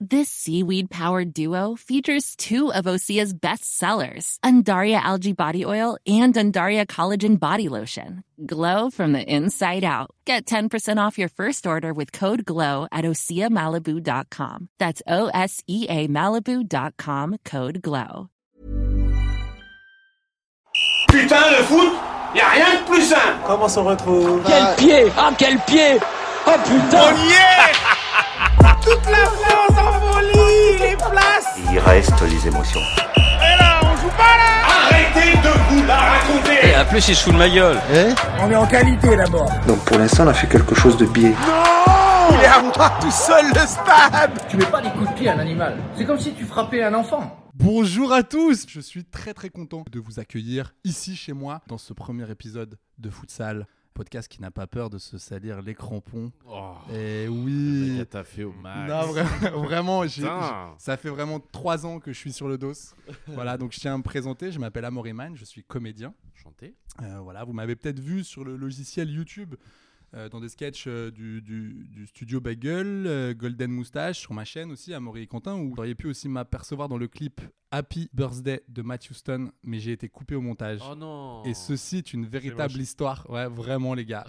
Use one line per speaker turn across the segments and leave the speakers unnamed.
This seaweed powered duo features two of Osea's best sellers, Undaria Algae Body Oil and Undaria Collagen Body Lotion. Glow from the inside out. Get 10% off your first order with code GLOW at OseaMalibu.com. That's O S E A Malibu.com code GLOW.
Putain, le foot, y a rien de plus simple.
Comment on se retrouve
Quel pied Ah, quel pied Oh putain
y est Toute la France en folie, les places.
Il reste les émotions.
Et là, on joue pas là. Arrêtez de vous la raconter.
En plus, il se fout de ma gueule.
On est en qualité d'abord.
Donc pour l'instant, on a fait quelque chose de biais.
Il est à moi tout seul le stade.
Tu mets pas des coups de pied à un animal. C'est comme si tu frappais un enfant.
Bonjour à tous Je suis très très content de vous accueillir ici chez moi dans ce premier épisode de Futsal, podcast qui n'a pas peur de se salir les crampons.
Oh,
Et oui
T'as fait au max.
non, vra- vraiment, j'ai-
Putain.
j'ai- ça fait vraiment trois ans que je suis sur le dos. voilà, donc je tiens à me présenter. Je m'appelle Amoriman, je suis comédien.
Chanté.
Euh, voilà, vous m'avez peut-être vu sur le logiciel YouTube euh, dans des sketchs euh, du, du- du studio Bagel, euh, Golden Moustache, sur ma chaîne aussi, Amaury et Quentin, où vous auriez pu aussi m'apercevoir dans le clip Happy Birthday de Matt Houston, mais j'ai été coupé au montage.
Oh non.
Et ceci est une véritable
moche.
histoire. Ouais, vraiment, les gars.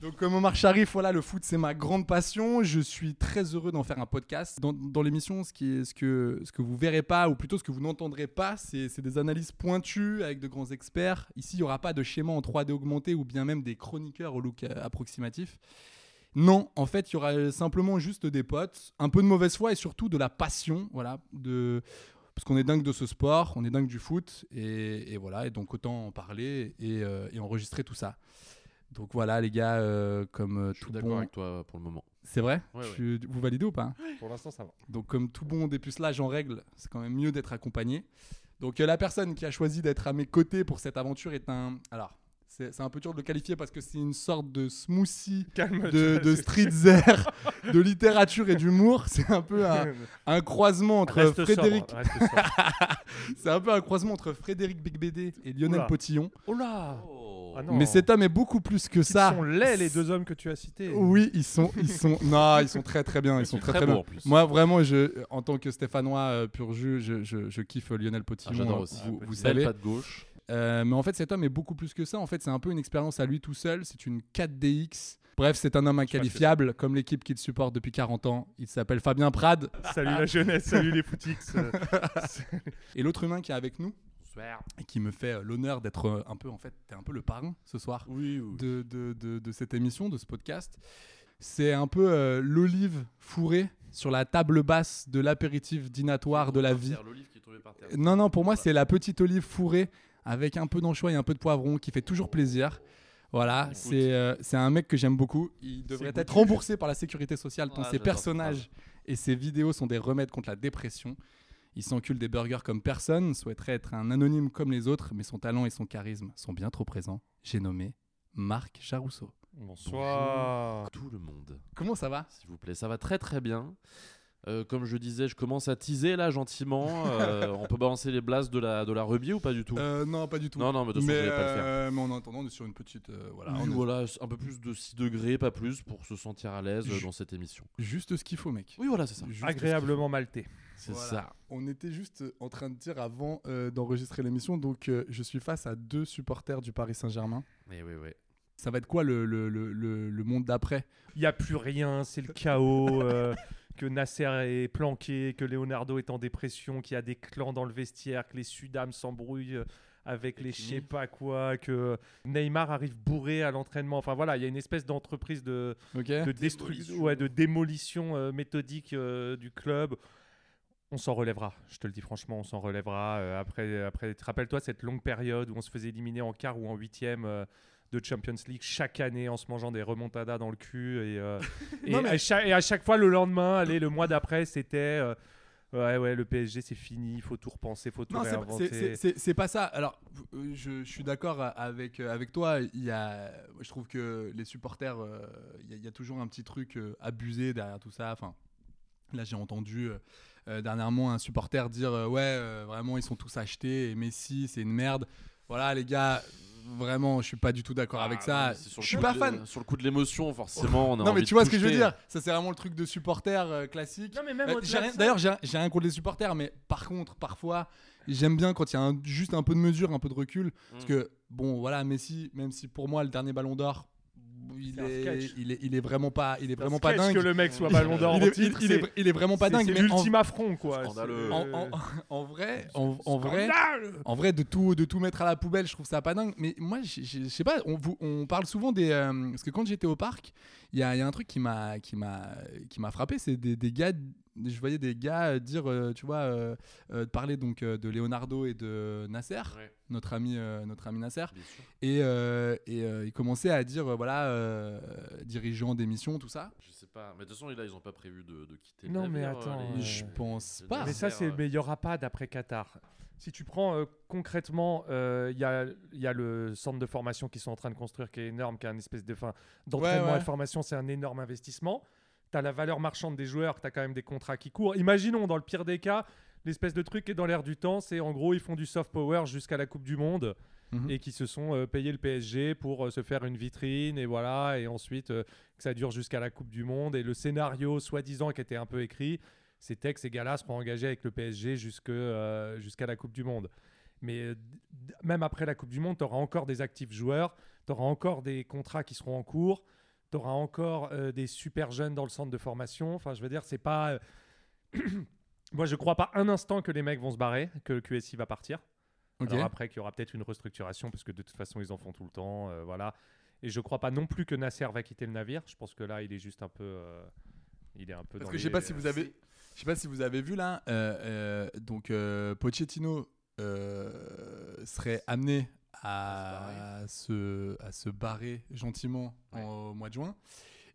Donc, comme Omar Sharif, voilà, le foot, c'est ma grande passion. Je suis très heureux d'en faire un podcast. Dans, dans l'émission, ce, qui est- ce, que, ce que vous verrez pas, ou plutôt ce que vous n'entendrez pas, c'est c'est des analyses pointues avec de grands experts. Ici, il n'y aura pas de schéma en 3D augmenté ou bien même des chroniqueurs au look euh, approximatif. Non, en fait, il y aura simplement juste des potes, un peu de mauvaise foi et surtout de la passion, voilà, de, parce qu'on est dingue de ce sport, on est dingue du foot, et, et voilà, et donc autant en parler et, euh, et enregistrer tout ça. Donc voilà, les gars, euh, comme euh,
Je
tout
suis d'accord
bon.
avec toi pour le moment.
C'est vrai
Ouais,
Tu- Vous validez ou pas
Pour l'instant, ça va.
Donc, comme tout bon dépucelage en règle, c'est quand même mieux d'être accompagné. Donc, euh, la personne qui a choisi d'être à mes côtés pour cette aventure est un. Alors, c'est c'est un peu dur de le qualifier parce que c'est une sorte de smoothie de, de streetzer, de littérature et d'humour. C'est un peu un, un croisement entre
Reste
Frédéric.
sobre, reste sobre.
c'est un peu un croisement entre Frédéric Becbédé et Lionel
Oula.
Potillon.
Oh là
Oh.
Ah non.
Mais cet homme est beaucoup plus que
Ils
ça.
sont laids, les deux hommes que tu as cités.
Oui, ils sont, ils sont, non, ils sont très très bien, ils sont
sont
très
très
très,
beaux,
bien.
en plus.
Moi vraiment, je, en tant que Stéphanois euh, pur jus, je, je, je kiffe Lionel Potillon.
Ah, j'adore
euh,
aussi.
Vous, vous
Belle
savez.
pas de gauche.
Euh, mais en fait, cet homme est beaucoup plus que ça. En fait, c'est un peu une expérience à lui tout seul. C'est une 4DX. Bref, c'est un homme inqualifiable, comme l'équipe qui le supporte depuis 40 ans. Il s'appelle Fabien Prade.
Salut la jeunesse, salut les footix. euh,
Et l'autre humain qui est avec nous
Bonsoir.
et qui me fait euh, l'honneur d'être euh, un peu, en fait, t'es un peu le parrain ce soir.
Oui, oui.
de, de- de- de cette émission, de ce podcast. C'est un peu euh, l'olive fourrée sur la table basse de l'apéritif dînatoire de la vie.
L'olive qui est tombée par terre.
Non, non, pour moi, c'est la petite olive fourrée avec un peu d'anchois et un peu de poivron qui fait toujours plaisir. Voilà, c'est euh, c'est un mec que j'aime beaucoup. Il devrait
goûtu.
être remboursé par la sécurité sociale tant
Ah,
ses
j'adore
personnages et ses vidéos sont des remèdes contre la dépression. Il s'encule des burgers comme personne, souhaiterait être un anonyme comme les autres, mais son talent et son charisme sont bien trop présents. J'ai nommé Marc Jarousseau.
Bonsoir.
Tout le monde,
Comment ça va
s'il vous plaît. Ça va très très bien. Euh, comme je disais, je commence à teaser là gentiment. Euh, on peut balancer les blases de la, de la rubis ou pas du tout
Non, pas du Euh, tout.
Non, non, mais de toute façon, je vais pas le faire.
mais euh, en attendant, on est sur une petite. euh, voilà,
Oui, voilà, un peu plus de 6 degrés, pas plus, pour se sentir à l'aise euh,
Je-
dans cette émission.
Juste ce qu'il faut, mec.
Oui, voilà, c'est ça.
Juste
Agréablement maltais.
C'est
Voilà.
ça.
On était juste euh, en train de dire avant euh, d'enregistrer l'émission, donc euh, je suis face à deux supporters du Paris Saint-Germain.
Et Eh oui, oui.
Ça va être quoi le, le, le- le- le monde d'après
Il n'y a plus rien, c'est le chaos. euh, que Nasser est planqué, que Leonardo est en dépression, qu'il y a des clans dans le vestiaire, que les Sudames s'embrouillent euh, avec
Et
les je
Kimi.
sais pas quoi, que Neymar arrive bourré à l'entraînement. Enfin voilà, il y a une espèce d'entreprise de,
Ok
de, destruction, ouais, de démolition euh, méthodique euh, du club. On s'en relèvera, je te le dis franchement, on s'en relèvera. euh, après, après, te rappelle-toi cette longue période où on se faisait éliminer en quart ou en huitième euh, de Champions League chaque année en se mangeant des remontadas dans le cul. Et, euh, et,
Non, mais-
à chaque, et à chaque fois, le lendemain, allez, le mois d'après, c'était euh, ouais, ouais, le PSG c'est fini, il faut tout repenser, il faut tout
Non, c'est-
réinventer.
c'est- c'est c'est- c'est pas ça. Alors, euh, je, je suis d'accord avec, euh, avec toi. Il y a, je trouve que les supporters, euh, il y, a- il y a toujours un petit truc euh, abusé derrière tout ça. Enfin, Là, j'ai entendu euh, euh, dernièrement un supporter dire euh, Ouais, euh, vraiment, ils sont tous achetés et Messi, c'est une merde. Voilà, les gars, vraiment, je suis pas du tout d'accord avec ça.
Ah, c'est sur le
je suis
coup
pas
de-
fan.
Sur le coup de l'émotion, forcément. On a
non, mais
envie de
tu vois ce que je veux
toucher.
dire Ça, c'est vraiment le truc de supporter euh, classique.
Non, mais même
Euh,
au-delà
j'ai
de
rien-
ça-
D'ailleurs, j'ai un- j'ai rien contre les supporters, mais par contre, parfois, j'aime bien quand il y a un- juste un peu de mesure, un peu de recul. Parce
Mm.
que, bon, voilà, Messi, même si pour moi, le dernier ballon d'or, il
C'est un
est,
sketch.
il, est, il est vraiment pas, il est
Parce
vraiment pas
que
dingue.
que le mec soit ballon d'or
il,
en
est, il-
titre,
il est-
c'est-
il est vraiment pas
c'est-
dingue.
C'est
mais en-
l'ultime affront, quoi.
Scandaleux.
C'est-
en, en- en vrai, en, en vrai, en vrai, de tout, de tout mettre à la poubelle, je trouve ça pas dingue. Mais moi, j'ai- j'ai- je sais pas, on, vous- on parle souvent des. euh, parce que quand j'étais au parc, il y a, il y a un truc qui m'a qui m'a qui m'a frappé, c'est des, des gars. Je voyais des gars euh, dire, euh, tu vois, euh, euh, parler donc euh, de Leonardo et de Nasser,
Ouais.
notre ami, euh, notre ami Nasser
Bien sûr.
et, euh, et euh, il commençait à dire euh, voilà euh, dirigeant d'émission tout ça
Je sais pas. Mais de toute façon, là, ils ont pas prévu de, de quitter.
Non,
le
mais
navire,
attends,
euh,
euh,
les-
je pense
les
pas.
Mais ça,
navires,
c'est.
euh,
Mais il n'y aura pas d'après Qatar. Si tu prends euh, concrètement, euh, il y, a, il y a le centre de formation qu'ils sont en train de construire qui est énorme, qui a une espèce de. Fin, d'entraînement
ouais.
et de formation, c'est un énorme investissement. Tu as la valeur marchande des joueurs, tu as quand même des contrats qui courent. Imaginons, dans le pire des cas, l'espèce de truc qui est dans l'air du temps, c'est en gros, ils font du soft power jusqu'à la Coupe du Monde
Mhm.
et qui se sont euh, payés le PSG pour euh, se faire une vitrine et voilà, et ensuite euh, que ça dure jusqu'à la Coupe du Monde. Et le scénario, soi-disant, qui était un peu écrit, c'était que ces gars-là seront engagés avec le PSG jusque, euh, jusqu'à la Coupe du Monde. Mais euh, d- même après la Coupe du Monde, tu auras encore des actifs joueurs, tu auras encore des contrats qui seront en cours, tu auras encore euh, des super jeunes dans le centre de formation. Enfin, je veux dire, c'est pas. euh, Moi, je crois pas un instant que les mecs vont se barrer, que le QSI va partir.
Ok.
Alors après, qu'il y aura peut-être une restructuration, parce que de toute façon, ils en font tout le temps. euh, voilà. Et je crois pas non plus que Nasser va quitter le navire. Je pense que là, il est juste un peu. euh, il est un peu.
Parce
dans
que je
les- euh,
sais pas si vous avez, je sais pas si vous avez vu là, euh, euh, donc euh, Pochettino euh, serait amené à se, à se barrer gentiment en- au mois de juin.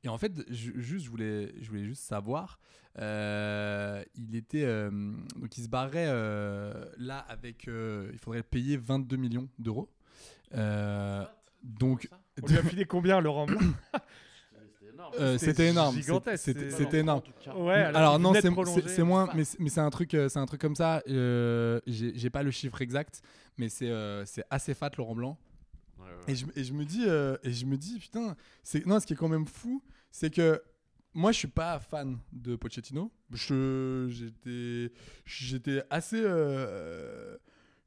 Et en fait, ju- juste, je voulais, je voulais juste savoir, euh, il était, euh, donc il se barrait euh, là avec, euh, il faudrait payer 22 millions d'euros. Euh, donc,
On lui a filé combien, Laurent
C'était énorme.
euh,
c'était
c'était énorme,
gigantesque,
c'était
c'est-
c'était énorme.
Ouais,
alors,
il
non,
venait de
c'est-
prolonger.
c'est c'est moins, mais c'est mais c'est un truc, euh, c'est un truc comme ça. euh, J'ai j'ai pas le chiffre exact, mais c'est euh, c'est assez fat Laurent Blanc.
Ouais, ouais,
Et je, et je me dis, euh, et je me dis, putain, c'est non, ce qui est quand même fou, c'est que moi, je suis pas fan de Pochettino. Je j'étais j'étais assez euh,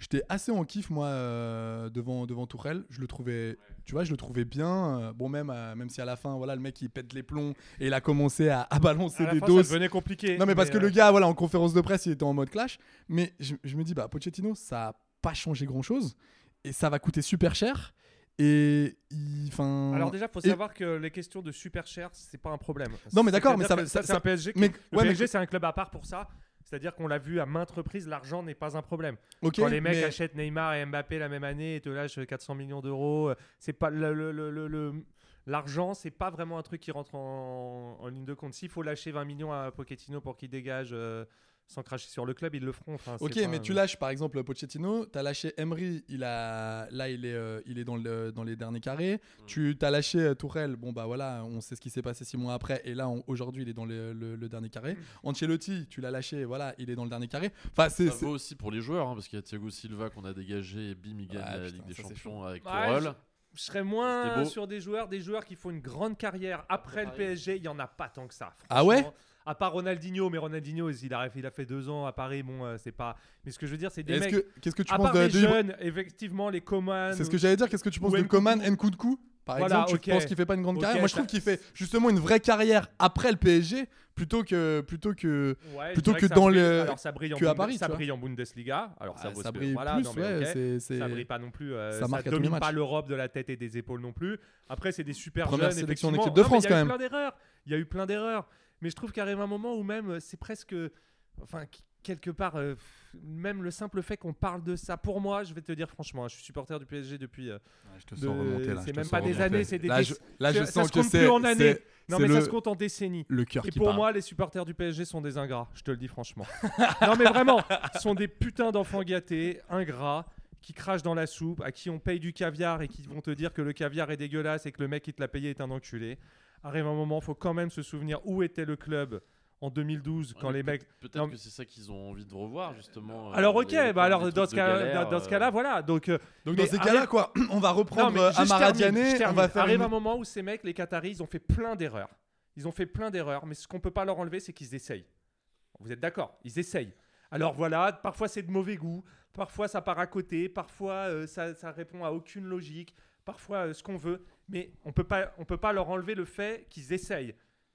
j'étais assez en kiff moi euh, devant devant Tourelle. Je le trouvais, tu vois, je le trouvais bien. euh, bon, même à- même si à la fin, voilà, le mec il pète les plombs et il a commencé à, à balancer
À la
des
fin,
doses.
Ça devenait compliqué.
Non, mais parce que
euh,
le gars, voilà, en conférence de presse, il était en mode clash. Mais je, je me dis, bah, Pochettino, ça a pas changé grand chose. Et ça va coûter super cher. Et. il- Enfin.
Alors déjà, faut
Mm. Et-
savoir que les questions de super cher, c'est pas un problème.
Non, mais d'accord, mais
C'est-à-dire
ça- ça-
que c'est
ça-
un PSG. qui-
mais,
Le
ouais, mais-
PSG, c'est un club à part pour ça. C'est-à-dire qu'on l'a vu à maintes reprises, l'argent n'est pas un problème.
ok,
Quand les mecs
mais-
achètent Neymar et Mbappé la même année et te lâchent 400 millions d'euros, euh, c'est pas le- le- le- le- le- l'argent, c'est pas vraiment un truc qui rentre en, en ligne de compte. S'il faut lâcher 20 millions à Pochettino pour qu'il dégage euh, sans cracher sur le club, ils le feront. Enfin, hein, c'est
Ok,
pas-
mais tu lâches par exemple Pochettino, t'as lâché Emery, il a là il est euh, il est dans le dans les derniers carrés.
Mm.
Tu t'as lâché euh, Tourelle, bon bah voilà, on sait ce qui s'est passé six mois après et là on- aujourd'hui il est dans le, le- le dernier carré.
Mm.
Ancelotti, tu l'as lâché, voilà, il est dans le dernier carré. Enfin c'est
Ça
c'est-
vaut aussi pour les joueurs, hein, parce qu'il y a Thiago Silva qu'on a dégagé et bim, il gagne
Ah,
la
putain,
Ligue des
ça, c'est
Champions avec
Ouais,
Tourelle.
Je serais
C'était
moins
beau.
sur des joueurs, des joueurs qui font une grande carrière après le
Pareil.
PSG, il y en a pas tant que ça.
Ah ouais
franchement. À part Ronaldinho, mais Ronaldinho, il a, il a fait deux ans à Paris, bon, euh, c'est pas. Mais ce que je veux dire, c'est des
Est-ce
mecs.
que qu'est-ce que tu
à
penses
part
de,
les
de-
jeunes, effectivement, les Coman.
C'est ce que j'allais dire. Qu'est-ce que tu penses
Ou
de
Nkunku.
Coman, Nkunku Par
Voilà,
exemple, tu
ok.
penses qu'il fait pas une grande
Ok,
carrière Moi, je
ça-
trouve qu'il fait justement une vraie carrière après le PSG plutôt que plutôt que
Ouais, je
plutôt
dirais
que
ça
dans
brille-
le-
alors, ça brille en
que à
Bundes-
Paris,
ça
tu vois.
brille en Bundesliga. Alors
Ah,
ça, vaut ce que-
brille
voilà,
plus.
non, mais
ouais,
ok.
c'est- c'est-
Ça brille pas non plus. euh,
ça
ça
marque à tous les
domine
matchs.
pas l'Europe de la tête et des épaules non plus. Après, c'est des super
Première
jeunes.
sélection en
effectivement.
équipe de
Non, mais
France, quand
Il y a eu
même.
plein d'erreurs. Il y a eu plein d'erreurs. Mais je trouve qu'arrive un moment où même euh, c'est presque, enfin qui- quelque part, euh, pff, même le simple fait qu'on parle de ça. Pour moi, je vais te dire franchement, hein, je suis supporter du PSG depuis. euh,
Ah, Je te
sens De- remonter, là, je c'est te même sens pas des remonter. années, c'est des-
Là, je, là, je
ça- ça
sens
se
que
compte
c'est
plus en années.
c'est
Non
c'est
mais
le-
ça se compte en décennies.
le cœur
Et
qui
pour
parle.
moi, les supporters du PSG sont des ingrats, je te le dis franchement. non, mais vraiment, sont des putains d'enfants gâtés, ingrats, qui crachent dans la soupe, à qui on paye du caviar et qui vont te dire que le caviar est dégueulasse et que le mec qui te l'a payé est un enculé. Arrive un moment, faut quand même se souvenir où était le club en 2012 quand
Ouais,
les
peut-
mecs.
Peut-être
Non,
que c'est ça qu'ils ont envie de revoir, justement. euh,
Alors
les-
ok,
les-
bah alors
les
dans
trucs
ce
de
cas,
galère,
dans, dans ce
euh,
cas-là, voilà. Donc euh,
Donc
Mais
dans ces
arrête-
cas-là, quoi, on va
non,
reprendre
mais
euh,
juste
Amara
termine,
Diané,
je
on
termine.
va faire
Arrive
une-
un moment où ces mecs, les Qataris, ils ont fait plein d'erreurs. Ils ont fait plein d'erreurs, mais ce qu'on peut pas leur enlever, c'est qu'ils essayent. Vous êtes d'accord Ils essayent. Alors voilà, parfois c'est de mauvais goût, parfois ça part à côté, parfois euh, ça, ça répond à aucune logique, parfois euh, ce qu'on veut, mais on peut pas, on peut pas leur enlever le fait qu'ils essayent.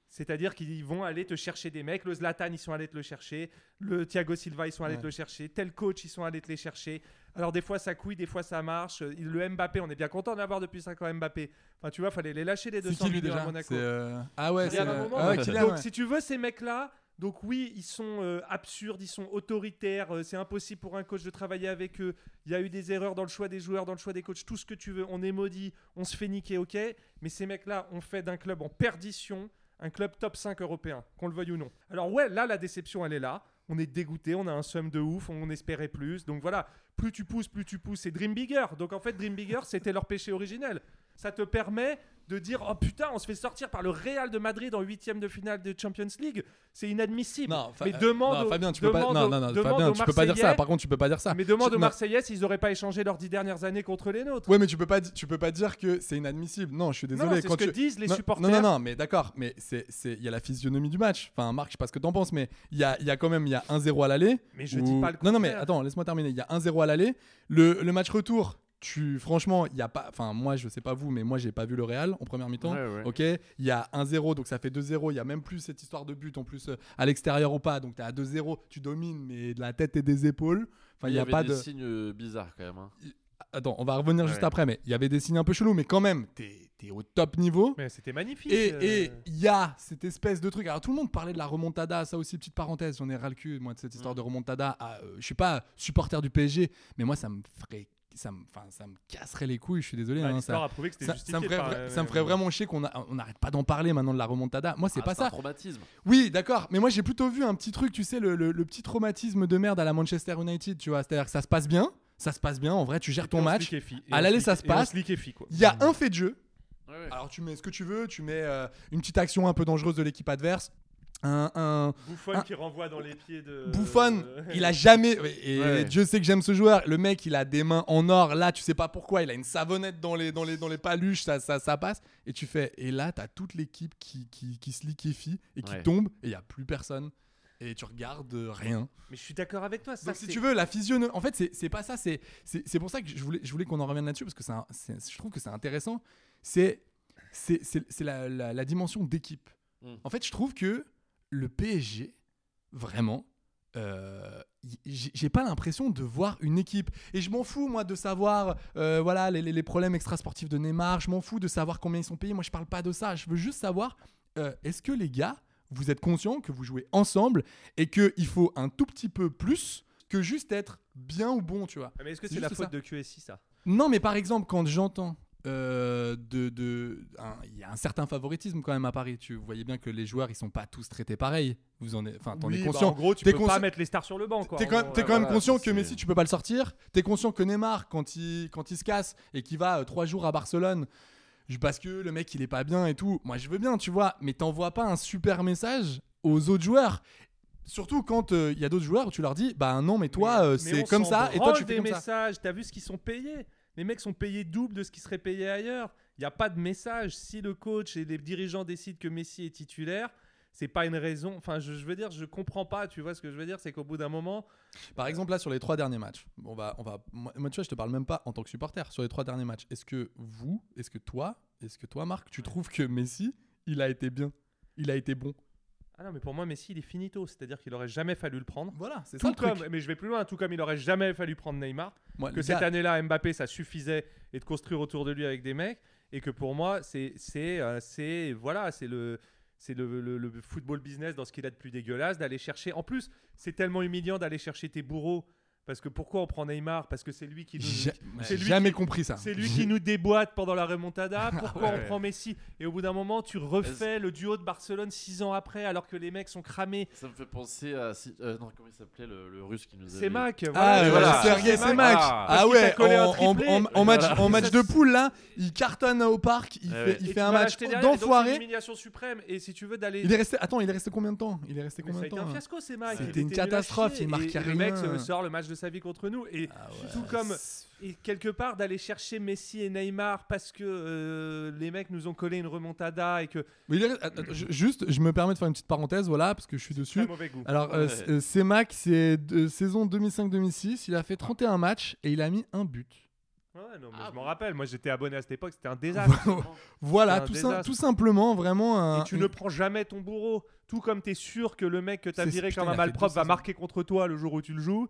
C'est-à-dire qu'ils vont aller te chercher des mecs. Le Zlatan, ils sont allés te le chercher. Le Thiago Silva, ils sont allés
Ouais.
te le chercher. Tel coach, ils sont allés te les chercher. Alors des fois ça couille, des fois ça marche. Euh, Le Mbappé, on est bien content d'avoir depuis 5 ans Mbappé. Enfin tu vois, fallait les lâcher les
C'est
200
qui lui
millions à
déjà
Monaco.
C'est, euh, Ah ouais, c'est
Kylian, à un
euh,
moment,
ah ouais,
euh,
Kylian,
Donc
ouais.
si tu veux, ces mecs-là, donc oui, ils sont euh, absurdes, ils sont autoritaires, euh, c'est impossible pour un coach de travailler avec eux. Il y a eu des erreurs dans le choix des joueurs, dans le choix des coachs, tout ce que tu veux, on est maudit, on se fait niquer, ok Mais ces mecs-là ont fait d'un club en perdition un club top 5 européen, qu'on le veuille ou non. Alors ouais, là, la déception, elle est là. On est dégoûté, on a un somme de ouf, on espérait plus. Donc voilà, plus tu pousses, plus tu pousses. C'est Dream Bigger. Donc en fait, Dream Bigger, c'était leur péché originel. Ça te permet de dire oh putain on se fait sortir par le Real de Madrid en huitième de finale de Champions League c'est inadmissible
Non, Fa-
mais
euh,
demande
non,
aux-
Fabien, tu peux pas.
demande
Non,
aux-
non, non,
demande
Fabien,
aux
tu peux pas dire ça.
Marseillais-
Par contre, tu peux pas dire ça.
mais demande
Je-
aux
non.
Marseillais s'ils auraient pas échangé leurs dix dernières années contre les nôtres
Ouais, mais tu peux pas, di- tu peux pas dire que c'est inadmissible. Non, je suis désolé.
non, c'est
quand
ce que
tu-
disent les
non, Non,
supporters
non, non, mais d'accord, mais c'est, c'est, il y a la physionomie du match. Enfin, Marc, je sais pas ce que t'en penses, mais il y a, il y a quand même, il y a 1-0 à l'aller.
Mais je dis pas le
Non, non, mais
contraire.
attends, laisse-moi terminer. Il y a 1-0 à l'aller. Le, le match retour, tu, franchement, il y a pas, enfin, moi, je sais pas vous, mais moi, j'ai pas vu le Real en première mi-temps.
Ouais, ouais.
Ok, il y a 1-0, donc ça fait 2-0. Il y a même plus cette histoire de but en plus euh, à l'extérieur ou pas. Donc t'es à 2-0, tu domines, mais de la tête et des épaules. Enfin, il
il
y a
avait
pas
des
de.
signes euh, bizarres quand même. hein.
Attends, on va revenir juste
Ouais.
après, mais il y avait des signes un peu chelous, mais quand même, t'es t'es au top niveau.
mais c'était magnifique
Et
euh.
et il y a cette espèce de truc. Alors tout le monde parlait de la remontada, ça aussi, petite parenthèse, j'en ai ras le cul, moi, de cette histoire de remontada. à, euh, je suis pas supporter du PSG, mais moi, ça me ferait. Ça me, enfin, ça me casserait les couilles, je suis désolé.
Bah,
hein,
l'histoire
ça,
a prouvé que c'était
ça,
justifié
ça me ferait,
par,
vra-
euh,
ça me ferait vraiment chier qu'on a- on n'arrête pas d'en parler maintenant de la remontada. Moi, c'est
Ah,
pas
un
ça.
traumatisme.
Oui, d'accord, mais moi j'ai plutôt vu un petit truc, tu sais, le, le- le petit traumatisme de merde à la Manchester United, tu vois. C'est-à-dire que ça se passe bien, ça se passe bien, en vrai, tu gères
Et
ton
on se
match.
liquéfie. Et
À
on
l'aller,
se
ça
liqué-
se
et on
passe.
liquéfie, quoi.
Il y a un fait de jeu,
Ouais, ouais.
alors tu mets ce que tu veux, tu mets euh, une petite action un peu dangereuse de l'équipe adverse, un, un,
Bouffon
un-
qui renvoie dans les pieds de.
Bouffon,
euh,
il a jamais. Et
Ouais.
Dieu sait que j'aime ce joueur. Le mec, il a des mains en or. Là, tu sais pas pourquoi. Il a une savonnette dans les, dans les, dans les paluches. Ça, ça, ça passe. Et tu fais. Et là, t'as toute l'équipe qui, qui, qui se liquéfie et qui
Ouais.
tombe. Et il y a plus personne. Et tu regardes euh, rien.
Mais je suis d'accord avec toi. Ça,
Donc, si
c'est-
tu veux, la physionomie. En fait, c'est- c'est pas ça. C'est c'est- c'est pour ça que je voulais, je voulais qu'on en revienne là-dessus parce que c'est un- c'est- je trouve que c'est intéressant. C'est c'est- c'est- c'est la, la- la dimension d'équipe.
Mm.
En fait, je trouve que le PSG, vraiment, euh, y- j'ai j'ai pas l'impression de voir une équipe. Et je m'en fous, moi, de savoir euh, voilà, les, les- les problèmes extrasportifs de Neymar. Je m'en fous de savoir combien ils sont payés. Moi, je parle pas de ça. Je veux juste savoir euh, est-ce que les gars, vous êtes conscients que vous jouez ensemble et qu'il faut un tout petit peu plus que juste être bien ou bon, tu vois.
Ah, Mais est-ce que
C'est
c'est la
juste
faute
ça.
de QSI, ça
Non, mais par exemple, quand j'entends euh, de, de- un- il y a un certain favoritisme quand même à Paris. Tu voyez bien que les joueurs, ils sont pas tous traités pareil. Vous bah, en êtes, enfin, t'en es conscient.
bah, en gros, tu
T'es
peux
peux consci-
pas
pas
mettre les stars sur le banc, quoi.
T'es quand même, t'es quand même
voilà,
conscient que
c'est-
Messi, tu peux pas le sortir. T'es conscient que Neymar, quand il, quand il se casse et qu'il va euh, trois jours à Barcelone, je- parce que le mec, il est pas bien et tout. Moi, je veux bien, tu vois, mais t'envoies pas un super message aux autres joueurs. Surtout quand euh, il y a d'autres joueurs, tu leur dis, bah non, mais toi, euh, c'est comme ça, et toi, tu fais
des
comme ça.
messages. T'as vu ce qu'ils sont payés Les mecs sont payés double de ce qui serait payé ailleurs. Il n'y a pas de message. Si le coach et les dirigeants décident que Messi est titulaire, c'est pas une raison. Enfin, je, je veux dire, je comprends pas. Tu vois ce que je veux dire C'est qu'au bout d'un moment,
Par exemple, là, sur les trois derniers matchs, on va, on va, moi, moi, tu vois, je te parle même pas en tant que supporter. Sur les trois derniers matchs, est-ce que vous, est-ce que toi, est-ce que toi, Marc, tu trouves que Messi, il a été bien Il a été bon
ah non, mais pour moi, Messi, il est finito. C'est-à-dire qu'il aurait jamais fallu le prendre.
Voilà, c'est ça
Tout
le truc.
comme, mais je vais plus loin. Tout comme il aurait jamais fallu prendre Neymar.
Moi,
que
les
cette
gars-
année-là, Mbappé, ça suffisait et de construire autour de lui avec des mecs. Et que pour moi, c'est c'est euh, c'est voilà, c'est le c'est le, le- le football business dans ce qu'il a de plus dégueulasse d'aller chercher. En plus, c'est tellement humiliant d'aller chercher tes bourreaux Parce que pourquoi on prend Neymar Parce que c'est lui qui
J'ai
nous,
j'ai
lui
jamais
qui-
compris ça.
c'est lui qui nous déboîte pendant la remontada.
Ah
Pourquoi
ouais.
on prend Messi Et au bout d'un moment, tu refais le duo de Barcelone six ans après, alors que les mecs sont cramés.
Ça me fait penser à. si- euh, non, comment il s'appelait le, le russe qui nous avait.
C'est Mac.
Ah,
voilà.
voilà.
voilà, Sergei
Parce
Semak.
qu'il
Ah
t'a
ouais,
collé un
en, en-
triplé.
en- en
Et
match,
voilà.
en match
Et
de
ça-
poule, là, il cartonne au parc, il
Ouais,
fait,
ouais.
Et
il
tu
fait un
vas
match
l'acheter derrière, et donc C'est une
d'enfoiré.
humiliation suprême. Et si tu veux d'aller.
Il est resté, attends, il est resté combien de temps Il est resté
Mais
combien
ça a
de
été
temps
un
hein
fiasco, c'est Mac.
C'était
Il était
une
nul à
catastrophe,
chier.
il
Et-
marquait
et Le mec
rien. Ah
se- sort le match de sa vie contre nous. Et tout comme et quelque part d'aller chercher Messi et Neymar parce que euh, les mecs nous ont collé une remontada et que
Mais il est- attends, je- juste, je me permets de faire une petite parenthèse, voilà, parce que je suis dessus.
très mauvais goût.
Alors, euh,
Ouais.
c- euh, Semak, c'est de- saison 2005-2006, il a fait 31 matchs et il a mis un but.
Ouais, non, mais je m'en rappelle. Moi, j'étais abonné à cette époque. C'était un désastre.
Voilà, hein.
C'est un
tout, sim-
désastre.
tout simplement, vraiment un.
et tu ne prends jamais ton bourreau. Tout comme tu es sûr que le mec que t'as
C'est-
viré
putain,
comme
il
un
a fait
malpropre
deux
va
saisons.
marquer contre toi le jour où tu le joues,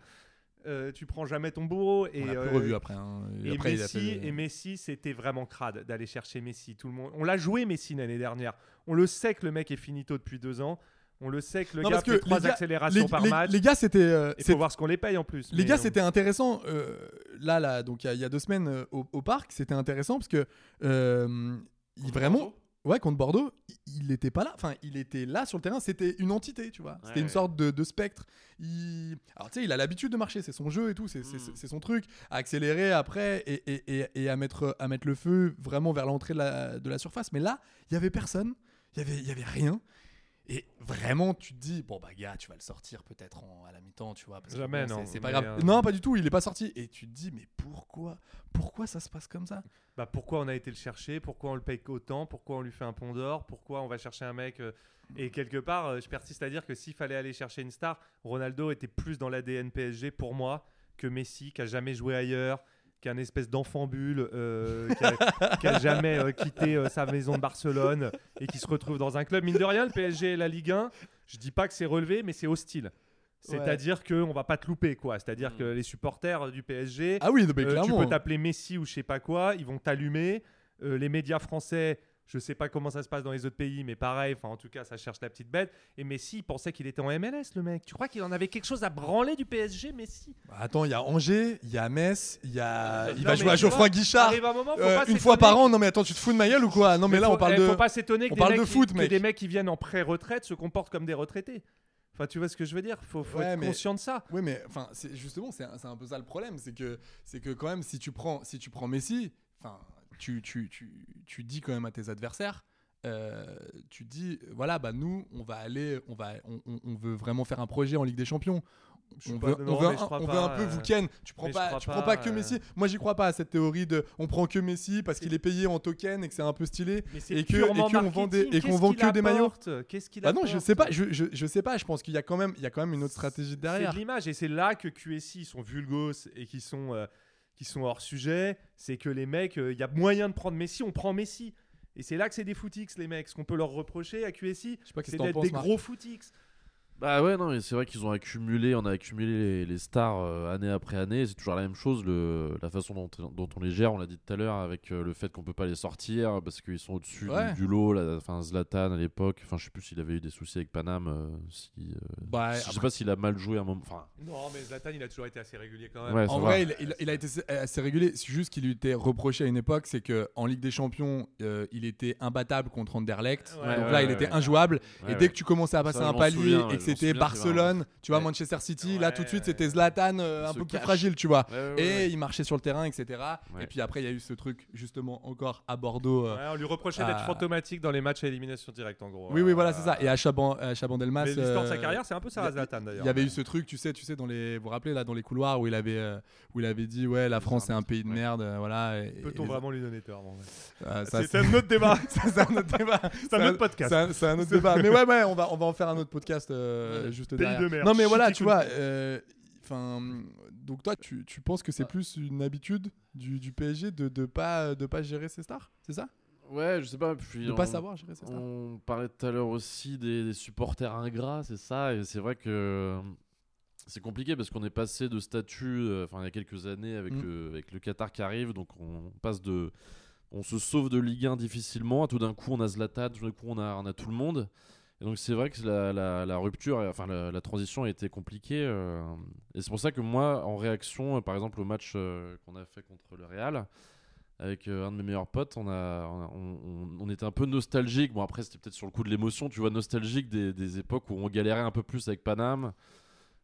euh, tu prends jamais ton bourreau. Et,
On l'a
euh,
plus revu après. hein.
et
Après, il a
Messi,
fait-
et Messi, c'était vraiment crade d'aller chercher Messi. Tout le monde, on l'a joué Messi l'année dernière. On le sait que le mec est finito depuis deux ans. On le sait que le
Non,
gars
parce que
fait trois
les gars-
accélérations
les,
par
les-
match.
les gars, c'était. euh,
Il
c'est-
faut voir ce qu'on les paye en plus.
les
mais
gars,
non.
c'était intéressant. euh, là, là, donc il y, a- il y a deux semaines euh, au, au parc, c'était intéressant parce que euh, il vraiment, ouais, contre Bordeaux, il- il n'était pas là. Enfin, il était là sur le terrain. C'était une entité, tu vois. c'était une
ouais.
sorte de, de spectre. Il... Alors tu sais, il a l'habitude de marcher. C'est son jeu et tout. C'est c'est-
Mm.
c'est son truc. À accélérer après et, et- et- et à mettre à mettre le feu vraiment vers l'entrée de la, de la surface. Mais là, il y avait personne. Il y avait il y avait rien. Et vraiment, tu te dis, bon, bah, gars, tu vas le sortir peut-être en- à la mi-temps, tu vois. Parce que
Jamais,
bon,
non,
c'est- C'est pas
mais,
grave.
euh,
Non, pas du tout, il est pas sorti. Et tu te dis, mais pourquoi Pourquoi ça se passe comme ça
Bah, pourquoi on a été le chercher Pourquoi on le paye autant Pourquoi on lui fait un pont d'or Pourquoi on va chercher un mec euh, Et quelque part, euh, je persiste à dire que s'il fallait aller chercher une star, Ronaldo était plus dans l'ADN PSG pour moi que Messi, qui a jamais joué ailleurs, qui est un espèce d'enfant bulle, euh, qui, a, qui a jamais euh, quitté euh, sa maison de Barcelone et qui se retrouve dans un club. Mine de rien, le PSG et la Ligue 1, je dis pas que c'est relevé, mais c'est hostile. C'est-à-dire que on va pas te louper, quoi. C'est-à-dire
Mm.
que les supporters du PSG,
Ah oui, mais
euh, tu
clairement.
peux t'appeler Messi ou je sais pas quoi, ils vont t'allumer. Euh, les médias français, je sais pas comment ça se passe dans les autres pays, mais pareil, enfin en tout cas, ça cherche la petite bête. Et Messi, il pensait qu'il était en MLS, le mec. Tu crois qu'il en avait quelque chose à branler du PSG, Messi
Bah, Attends, il y a Angers, il y a Metz, il y a... il
Euh, Non,
va
mais
jouer à
tu vois,
Geoffroy Guichard
Arrive un moment, faut
euh,
pas
une
s'étonner
fois par
que-
an. Non, mais attends, tu te fous de ma gueule ou quoi Non, mais là,
faut-
on parle
eh,
de.
Faut pas s'étonner que,
on
des
parle
mecs
de
qui-
foot,
que
mec.
des mecs qui viennent en pré-retraite se comportent comme des retraités. Enfin, tu vois ce que je veux dire Faut, faut
Ouais,
être
mais-
conscient de ça.
Oui, mais enfin, c'est- justement, c'est un, c'est un peu ça le problème, c'est que c'est que quand même, si tu prends, si tu prends Messi, enfin, tu, tu, tu, tu dis quand même à tes adversaires, euh, tu dis, euh, voilà, bah nous, on va aller, on va, on, on- on veut vraiment faire un projet en Ligue des Champions.
Je
On
suis pas-
veut,
non,
on veut,
mais je
un,
crois
on veut
pas,
un peu
euh,
vous ken. Tu prends
mais je
pas,
crois
tu prends
pas,
pas que
euh,
Messi. Moi, j'y crois pas à cette théorie de on prend que Messi parce qu'il est payé en token et que c'est un peu stylé.
Mais c'est
Et que- et
purement
qu'on vend des- et
marketing.
qu'on
Qu'est-ce
vend
qu'il
que des maillots.
apporte Qu'est-ce qu'il
Bah non, je
apporte
sais pas, je, je, je sais pas. Je pense qu'il y a quand même, il y a quand même une autre stratégie
C'est
derrière.
de l'image et c'est là que QSI ils sont vulgos et qui sont euh, qui sont hors sujet, c'est que les mecs, euh, il y a moyen de prendre Messi, on prend Messi. Et c'est là que c'est des footix les mecs, ce qu'on peut leur reprocher à QSI,
Je sais pas qu'est-ce que
c'est
t'en
d'être
penses,
des
Marc.
gros footix.
Bah ouais, non, mais c'est vrai qu'ils ont accumulé, on a accumulé les, les stars euh, année après année. C'est toujours la même chose, le, la façon dont, dont on les gère. On l'a dit tout à l'heure avec euh, le fait qu'on peut pas les sortir parce qu'ils sont au-dessus du-
Ouais.
du, lot. là. Enfin, Zlatan à l'époque, enfin, je sais plus s'il avait eu des soucis avec Paname. euh, si, euh,
Bah,
je sais pas s'il a mal joué à un moment. Enfin,
Non, mais Zlatan, il a toujours été assez régulier quand
ouais,
même.
ça
En
va.
vrai, il, il- il a été assez régulé. C'est juste qu'il lui était reproché à une époque, c'est que en Ligue des Champions, euh, il était imbattable contre Anderlecht.
Ouais,
Donc
ouais,
là, il
ouais,
était
ouais.
injouable.
Ouais,
et
ouais.
dès que tu commençais à passer
Ça,
un
je m'en
palier
souviens, ouais,
et que
je m'en souviens,
c'était
c'est vraiment-
Barcelone, tu vois,
Ouais.
Manchester City,
Ouais,
là tout de suite,
ouais.
c'était Zlatan euh,
Il
un
se
peu plus
cache.
fragile, tu vois.
Ouais, ouais,
et
ouais.
il marchait sur le terrain, etc.
Ouais.
Et puis après, il y a eu ce truc, justement, encore à Bordeaux. euh,
Ouais, on lui reprochait
Ah.
d'être fantomatique dans les matchs à élimination directe en gros.
Oui, oui, voilà,
Euh,
c'est ça. Et à Chaban- à Chaban-Delmas.
mais l'histoire de sa
euh,
carrière, c'est un peu ça,
il y a-
à Zlatan d'ailleurs.
Il y avait eu ce truc, tu sais, tu sais, dans les, vous vous rappelez là, dans les couloirs où il avait, euh, où il avait dit, ouais, la France c'est un pays de merde, euh, voilà. et-
Peut-on
et-
vraiment lui donner tort en vrai
Ah, ça,
C'est un autre débat.
Ça, c'est un autre débat.
C'est un autre podcast.
C'est un, c'est un autre débat. Mais ouais, ouais, on va, on va en faire un autre podcast euh, juste
Pays
derrière.
de merde.
Non, mais voilà,
Ch'ti
tu vois. euh, Enfin, donc toi, tu, tu penses que c'est plus une habitude du, du PSG de de pas de pas gérer ses stars, c'est ça
Ouais, je sais pas. Puis
De pas
on-
savoir gérer ses stars.
On parlait tout à l'heure aussi des, des supporters ingrats, c'est ça, et c'est vrai que euh, c'est compliqué parce qu'on est passé de statut, euh, enfin il y a quelques années avec,
Mm.
le, avec le Qatar qui arrive, donc on passe de, on se sauve de Ligue 1 difficilement, à tout d'un coup on a Zlatan, tout d'un coup on a, on a tout le monde, Et donc c'est vrai que la, la- la rupture, euh, enfin la, la transition a été compliquée. euh, et c'est pour ça que moi, en réaction, euh, par exemple au match euh, qu'on a fait contre le Real, avec euh, un de mes meilleurs potes, on, a, on, a- on- on- on était un peu nostalgique. Bon après c'était peut-être sur le coup de l'émotion, tu vois, nostalgique des, des époques où on galérait un peu plus avec Paname.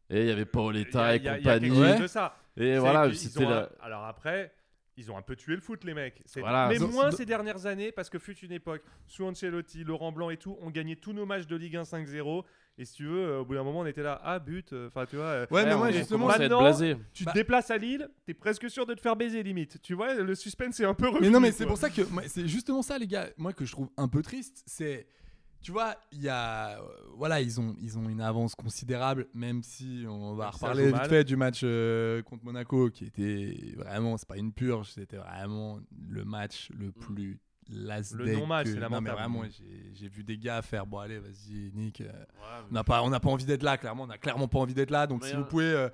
Et il y avait Paoletta et
Il y a- il y a quelque
compagnie.
chose de ça.
Et
C'est
voilà,
qu'ils- ils
c'était
ont
la...
un- Alors après, ils ont un peu tué le foot, les mecs. C'est-
Voilà.
mais
Dans-
moins
dans-
ces dernières années, parce que fut une époque, sous Ancelotti, Laurent Blanc et tout, on gagnait tous nos matchs de Ligue 1 5-0. Et si tu veux, euh, au bout d'un moment, on était là, ah but, euh, enfin tu vois. euh,
Ouais, mais
on-
moi,
on
justement,
commence à être
maintenant,
blasé.
tu
Bah-
te déplaces à Lille, t'es presque sûr de te faire baiser limite. Tu vois, le suspense est un peu revenu.
Mais non, mais c'est
quoi.
pour ça que moi, c'est justement ça, les gars. Moi, que je trouve un peu triste, c'est tu vois, il y a euh, voilà, ils ont ils ont une avance considérable, même si on va
Même si ça
reparler
joue
vite
mal.
fait du match euh, contre Monaco, qui était vraiment, c'est pas une purge, c'était vraiment le match le plus las
Mm. Le
day
non-match,
que-
c'est
Non, mais
lamentable.
vraiment, j'ai- j'ai vu des gars faire bon allez, vas-y, Nick. euh, on n'a pas on n'a pas envie d'être là, clairement, on n'a clairement pas envie d'être là. Donc
Mais,
si
euh,
vous pouvez euh,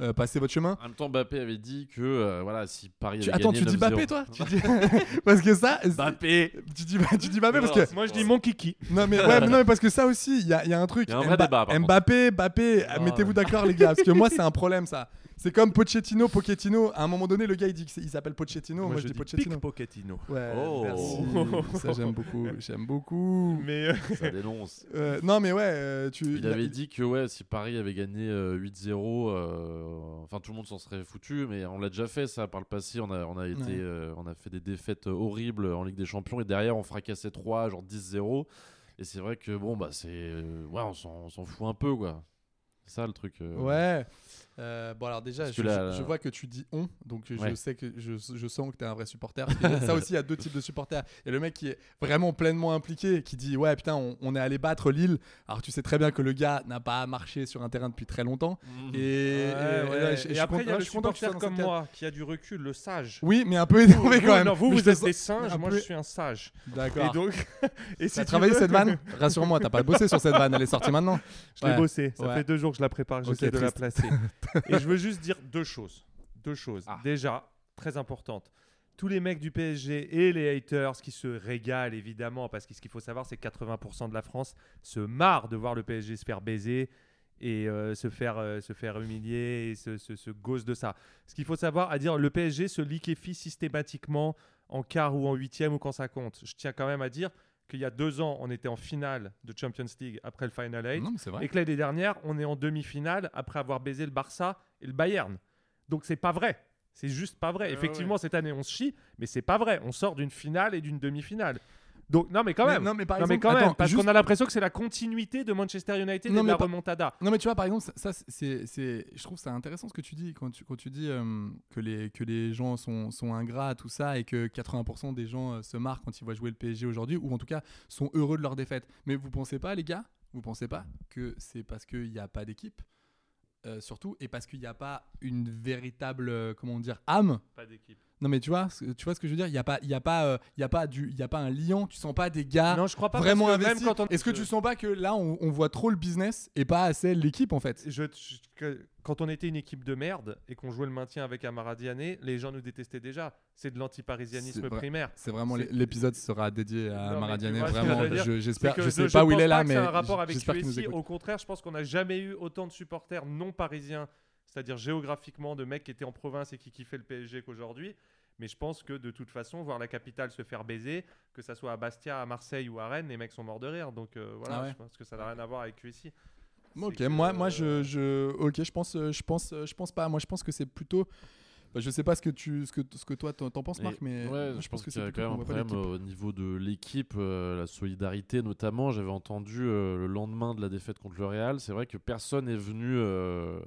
euh, passer votre chemin.
En même temps, Mbappé avait dit que euh, voilà, si Paris
Tu-
avait
attends, tu
gagné
dis
9-0.
Bappé toi Tu dis- Parce que ça. c'est-
Mbappé.
Tu dis, tu dis Mbappé parce
Non,
que.
c'est-
Moi je dis mon kiki.
Non mais, ouais, mais non, mais parce que ça aussi, il y a, il y a un truc.
Il y a un vrai débat, par contre.
Mbappé, Mbappé,
Ah,
mettez-vous
ouais.
d'accord les gars, parce que moi c'est un problème ça. C'est comme Pochettino, Pochettino. À un moment donné, le gars il dit qu'il s'appelle Pochettino, moi, je dis Pochettino.
Pochettino.
Ouais,
Oh.
merci. Ça j'aime beaucoup, j'aime beaucoup.
Mais euh,
Ça dénonce.
Euh, non mais ouais, euh, tu.
Il avait dit que ouais, si Paris avait gagné euh, 8-0, euh, enfin tout le monde s'en serait foutu, mais on l'a déjà fait ça par le passé. On a, on a, été,
Ouais.
euh, on a fait des défaites horribles en Ligue des Champions et derrière on fracassait 3, genre 10-0. Et c'est vrai que bon, bah c'est. euh, ouais, on s'en on s'en fout un peu quoi. C'est ça le truc. euh.
Ouais. Euh, bon alors déjà,
Parce
je,
que là-
je vois que tu dis on, donc je
Ouais.
sais que je, je sens que t'es un vrai supporter. Parce que ça aussi, il y a deux types de supporters. Il y a le mec qui est vraiment pleinement impliqué, qui dit ouais putain, on, on est allé battre Lille. Alors tu sais très bien que le gars n'a pas marché sur un terrain depuis très longtemps. Et, et-
Mmh. ouais,
et là,
ouais.
je- je
Et
suis
après,
content-
il y a
je
le
suis content que tu sois
supporter
dans
comme
cette
moi qui a du recul, le sage.
Oui, mais un peu énervé
Vous-
quand même.
Non, vous,
Mais je
vous
te
êtes
sens-
des singes,
un
moi
peu-
je suis un sage. Et
D'accord.
donc, et si
T'as
tu
travaillé
veux-
cette vanne Rassure-moi, t'as pas bossé sur cette vanne, elle est sortie maintenant.
Je l'ai
Ouais.
bossé. Ça
Ouais.
fait deux jours que je la prépare.
Ok,
J'essaie de la placer. et je veux juste dire deux choses. Deux choses.
Ah.
Déjà, très importante. Tous les mecs du PSG et les haters qui se régalent évidemment, parce que ce qu'il faut savoir, c'est que 80% de la France se marre de voir le PSG se faire baiser et euh, se, faire, euh, se faire humilier et se, se, se gauze de ça. Ce qu'il faut savoir, à dire le PSG se liquéfie systématiquement en quart ou en huitième ou quand ça compte. Je tiens quand même à dire qu'il y a deux ans, on était en finale de Champions League après le Final Eight.
Non, mais c'est vrai.
Et que l'année dernière, on est en demi-finale après avoir baisé le Barça et le Bayern. Donc c'est pas vrai. C'est juste pas
Ah
vrai.
Ouais,
Effectivement, cette année, on se chie, mais c'est pas vrai. On sort d'une finale et d'une demi-finale. Donc non, mais quand
Mais-
même.
non, mais par
Non, mais
exemple-
quand même,
attends,
parce
juste-
qu'on a l'impression que c'est la continuité de Manchester United
Non,
et de
mais
la
pas-
remontada.
Non mais tu vois par exemple ça, ça, c'est c'est je trouve ça intéressant ce que tu dis quand tu quand tu dis euh, que les que les gens sont sont ingrats tout ça et que 80% des gens euh, se marrent quand ils voient jouer le PSG aujourd'hui ou en tout cas sont heureux de leur défaite. Mais vous pensez pas les gars, vous pensez pas que c'est parce qu'il n'y a pas d'équipe euh, surtout et parce qu'il n'y a pas une véritable euh, comment dire âme
Pas d'équipe.
non mais tu vois ce- tu vois ce que je veux dire il y a pas il y a pas euh, il y a pas du il y a pas un lion tu sens pas des gars
non, je crois pas. parce
Ah, vraiment
que même
investis
quand on- Euh,
est-ce que tu sens pas que là on, on voit trop le business et pas assez l'équipe en fait
je, je- que- quand on était une équipe de merde et qu'on jouait le maintien avec Amara Diané, les gens nous détestaient déjà. C'est de
C'est
l'antiparisianisme
vrai.
primaire.
C'est vraiment
C'est-
l'épisode sera dédié à
Non, mais
Amara
tu
Diané,
vois ce que
Vraiment,
je veux dire
je- j'espère.
C'est
Je,
que
sais pas où
pense
il est là,
que
mais
c'est un rapport
j-
avec
j'espère qu'il nous
QSI.
écoute.
Au contraire, je pense qu'on n'a jamais eu autant de supporters non parisiens, c'est-à-dire géographiquement, de mecs qui étaient en province et qui kiffaient le PSG qu'aujourd'hui. Mais je pense que de toute façon, voir la capitale se faire baiser, que ça soit à Bastia, à Marseille ou à Rennes, les mecs sont morts de rire. Donc euh, voilà,
Ah ouais.
je pense que ça n'a rien à voir avec QSI.
Ok,
C'est que- euh,
moi, moi, je, je, ok, je pense, euh, je pense, euh, je pense pas. Moi, je pense que c'est plutôt. bah, Je sais pas ce que tu, ce que, ce que toi t'en t'en penses,
Et-
Marc, mais euh,
ouais,
moi,
je pense, qu'il y a
plutôt
quand même
qu'on
un
voit pas
problème
l'équipe.
au niveau de l'équipe, euh, la solidarité notamment. J'avais entendu euh, le lendemain de la défaite contre le Real, c'est vrai que personne n'est venu euh,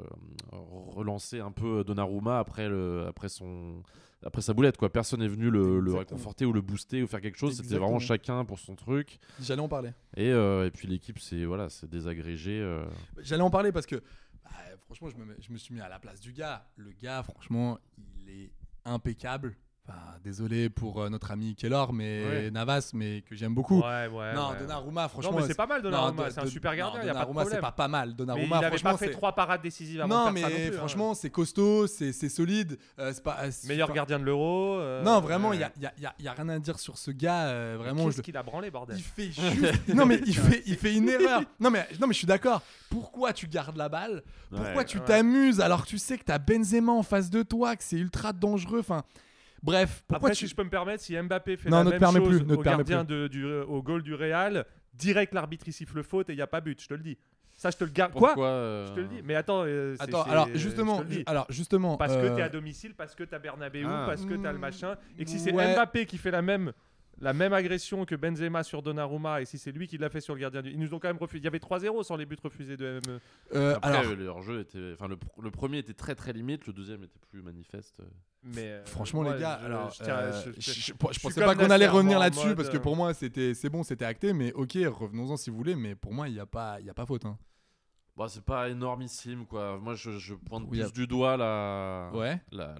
relancer un peu Donnarumma après le, après son, après sa boulette quoi. Personne n'est venu le, le
Exactement.
réconforter ou le booster ou faire quelque chose. C'était vraiment
Exactement.
chacun pour son truc.
J'allais en parler.
Et, euh, et puis l'équipe, c'est voilà, c'est désagrégé. euh.
J'allais en parler parce que, bah, franchement, je me, mets- je me suis mis à la place du gars. Le gars, franchement, il est impeccable. Enfin, désolé pour euh, notre ami Kellor, mais
Ouais.
Navas, mais que j'aime beaucoup.
Ouais, ouais.
non,
ouais.
Donnarumma,
Non,
franchement.
mais c'est pas mal Donnarumma,
non,
c'est un
Don-
super gardien,
non,
il y a pas de
Donnarumma,
problème.
c'est pas pas mal.
Mais il
Donnarumma,
n'avait
franchement,
pas fait
c'est-
trois parades décisives avant
Non,
de
mais
faire ça non plus, hein.
franchement, c'est costaud, c'est c'est solide. euh, c'est pas. euh, c'est-
meilleur
enfin,
gardien de l'Euro. euh,
Non, vraiment, il
euh,
n'y a, y a- y a- y a rien à dire sur ce gars. euh, vraiment,
Qu'est-ce
je-
qu'il a branlé, bordel
il fait juste- Non, mais il fait, il fait une erreur. Non, mais, non, mais je suis d'accord. Pourquoi tu gardes la balle Pourquoi
Ouais.
tu
Ouais.
t'amuses alors que tu sais que t'as Benzema en face de toi, que c'est ultra dangereux Enfin, bref, pourquoi
Après,
tu.
si je peux me permettre, si Mbappé fait
Non,
la
ne te
même
permets
chose
plus, ne te
au
permets
gardien de- du, au goal du Real, direct l'arbitre il siffle faute et il n'y a pas but, je te le dis. Ça, je te le garde. Quoi
Pourquoi, euh,
Je te le dis. Mais attends, euh, c'est-
Attends,
c'est-
alors
je
justement,
te le dis.
alors justement,
Parce que
euh,
t'es à domicile, parce que t'as Bernabeu,
Ah.
parce que t'as le machin. Et que si c'est
Ouais.
Mbappé qui fait la même, la même agression que Benzema sur Donnarumma, et si c'est lui qui l'a fait sur le gardien du. Ils nous ont quand même refusé. Il y avait 3-0 sans les buts refusés de E, ME.
euh,
Après,
alors,
euh, leur jeu était. Enfin, le, pr- le premier était très très limite, le deuxième était plus manifeste.
Mais euh,
Franchement,
moi,
les gars,
je-
alors,
je tiens-
euh,
je-
je,
je-
je- je
suis
pensais
comme
pas qu'on allait
Nasser,
revenir
moi, en
là-dessus
mode,
parce que
euh,
pour moi, c'était, c'est bon, c'était acté, mais ok, revenons-en si vous voulez, mais pour moi, il n'y a pas, il y a pas faute. hein.
Bon, Bah, c'est pas énormissime, quoi. Moi, je, je pointe
Oui,
plus
à-
du doigt la.
Ouais.
La, la,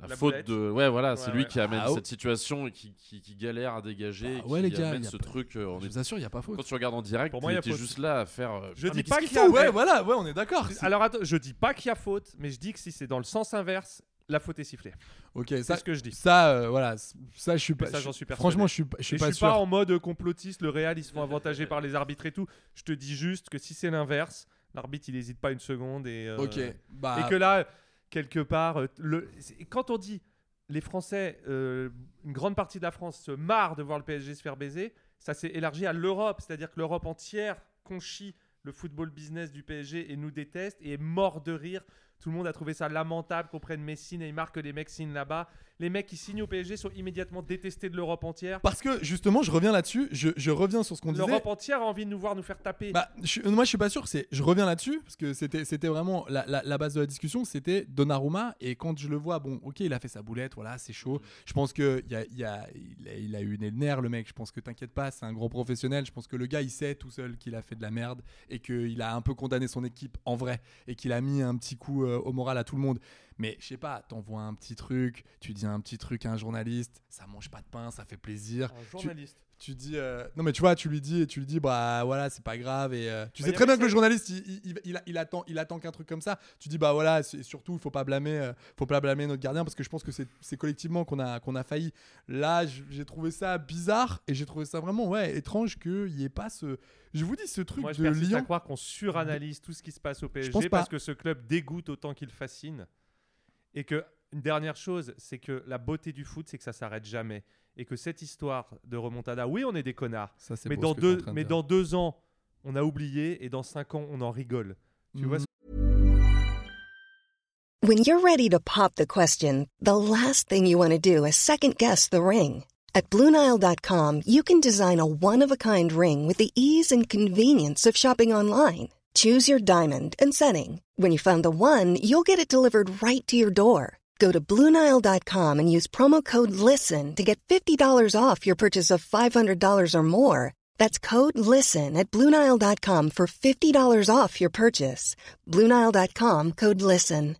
la
La
faute
boulette.
de. Ouais, voilà, c'est
Ouais,
lui
ouais.
qui amène
Ah, oh.
cette situation et qui, qui, qui galère à dégager.
Bah,
et
ouais,
qui
les gars,
amène
y a
ce
pas-
truc. euh, on
Je
est-
vous assure, il n'y a pas faute.
Quand tu regardes en direct,
Pour moi,
il
y a
était
faute.
juste là à faire. euh,
Je
putain,
dis
mais
pas
qu'est-ce
qu'il
qu'il
y a-
fout
Ouais,
mais-
voilà, ouais, on est d'accord. C'est-
Alors attends, je dis pas qu'il y a faute, mais je dis que si c'est dans le sens inverse, la faute est sifflée.
Ok,
C'est
ça,
ce que je dis.
ça, euh, voilà, c- ça, je suis pas.
ça,
je-
j'en suis persuadé.
franchement, je suis, pas- je suis
Et
pas
je suis
sûr.
pas en mode complotiste, le Real ils se font avantager par les arbitres et tout. Je te dis juste que si c'est l'inverse, l'arbitre il hésite pas une seconde et euh,
Ok, bah.
et que là quelque part euh, le c'est- quand on dit les Français euh, une grande partie de la France se marre de voir le PSG se faire baiser, ça s'est élargi à l'Europe, c'est-à-dire que l'Europe entière conchit le football business du PSG et nous déteste et est mort de rire. Tout le monde a trouvé ça lamentable qu'on prenne Messi, Neymar, que les mecs signent là-bas. Les mecs qui signent au PSG sont immédiatement détestés de l'Europe entière.
Parce que justement, je reviens là-dessus, je, je reviens sur ce qu'on disait.
L'Europe entière a envie de nous voir nous faire taper.
Bah, je suis- moi, je suis pas sûr. C'est, je reviens là-dessus parce que c'était, c'était vraiment la, la- la base de la discussion. C'était Donnarumma et quand je le vois, bon, ok, il a fait sa boulette, voilà, c'est chaud. Je pense que il y a, il y a- il a, il a eu une nerf, le mec. Je pense que t'inquiète pas, c'est un grand professionnel. Je pense que le gars, il sait tout seul qu'il a fait de la merde et qu'il a un peu condamné son équipe en vrai et qu'il a mis un petit coup euh, au moral à tout le monde. Mais je sais pas, t'envoies un petit truc, tu dis un petit truc à un journaliste, ça mange pas de pain, ça fait plaisir.
un
Tu-
journaliste.
tu dis euh, non mais tu vois tu lui dis tu lui dis bah voilà c'est pas grave et euh, tu
Bah, y
sais
a
très bien que
personne.
le journaliste il, il- il- il a- il attend il attend qu'un truc comme ça tu dis bah voilà c'est- surtout faut pas blâmer euh, faut pas blâmer notre gardien parce que je pense que c'est c'est collectivement qu'on a qu'on a failli là j- j'ai trouvé ça bizarre et j'ai trouvé ça vraiment ouais étrange que il y ait pas ce je vous dis ce truc
Moi, je
de
persiste à
Lyon
croire qu'on suranalyse tout ce qui se passe au PSG
pense pas.
parce que ce club dégoûte autant qu'il fascine. Et que une dernière chose, c'est que la beauté du foot, c'est que ça s'arrête jamais. Et que cette histoire de remontada, oui, on est des connards,
ça c'est
mais,
beau,
dans
ce que t'es en
deux,
train de
mais
dire.
dans deux ans, on a oublié et dans cinq ans, on en rigole. Tu vois
Mhm.
ce
When you're ready to pop the question, the last thing you want to do is second guess the ring. At Bluenile.com, you can design a one of a kind ring with the ease and convenience of shopping online. Choose your diamond and setting. When you find the one, you'll get it delivered right to your door. Go to Bluenile.com and use promo code LISTEN to get $50 off your purchase of $500 or more. That's code LISTEN at Bluenile.com for $50 off your purchase. Bluenile.com code LISTEN.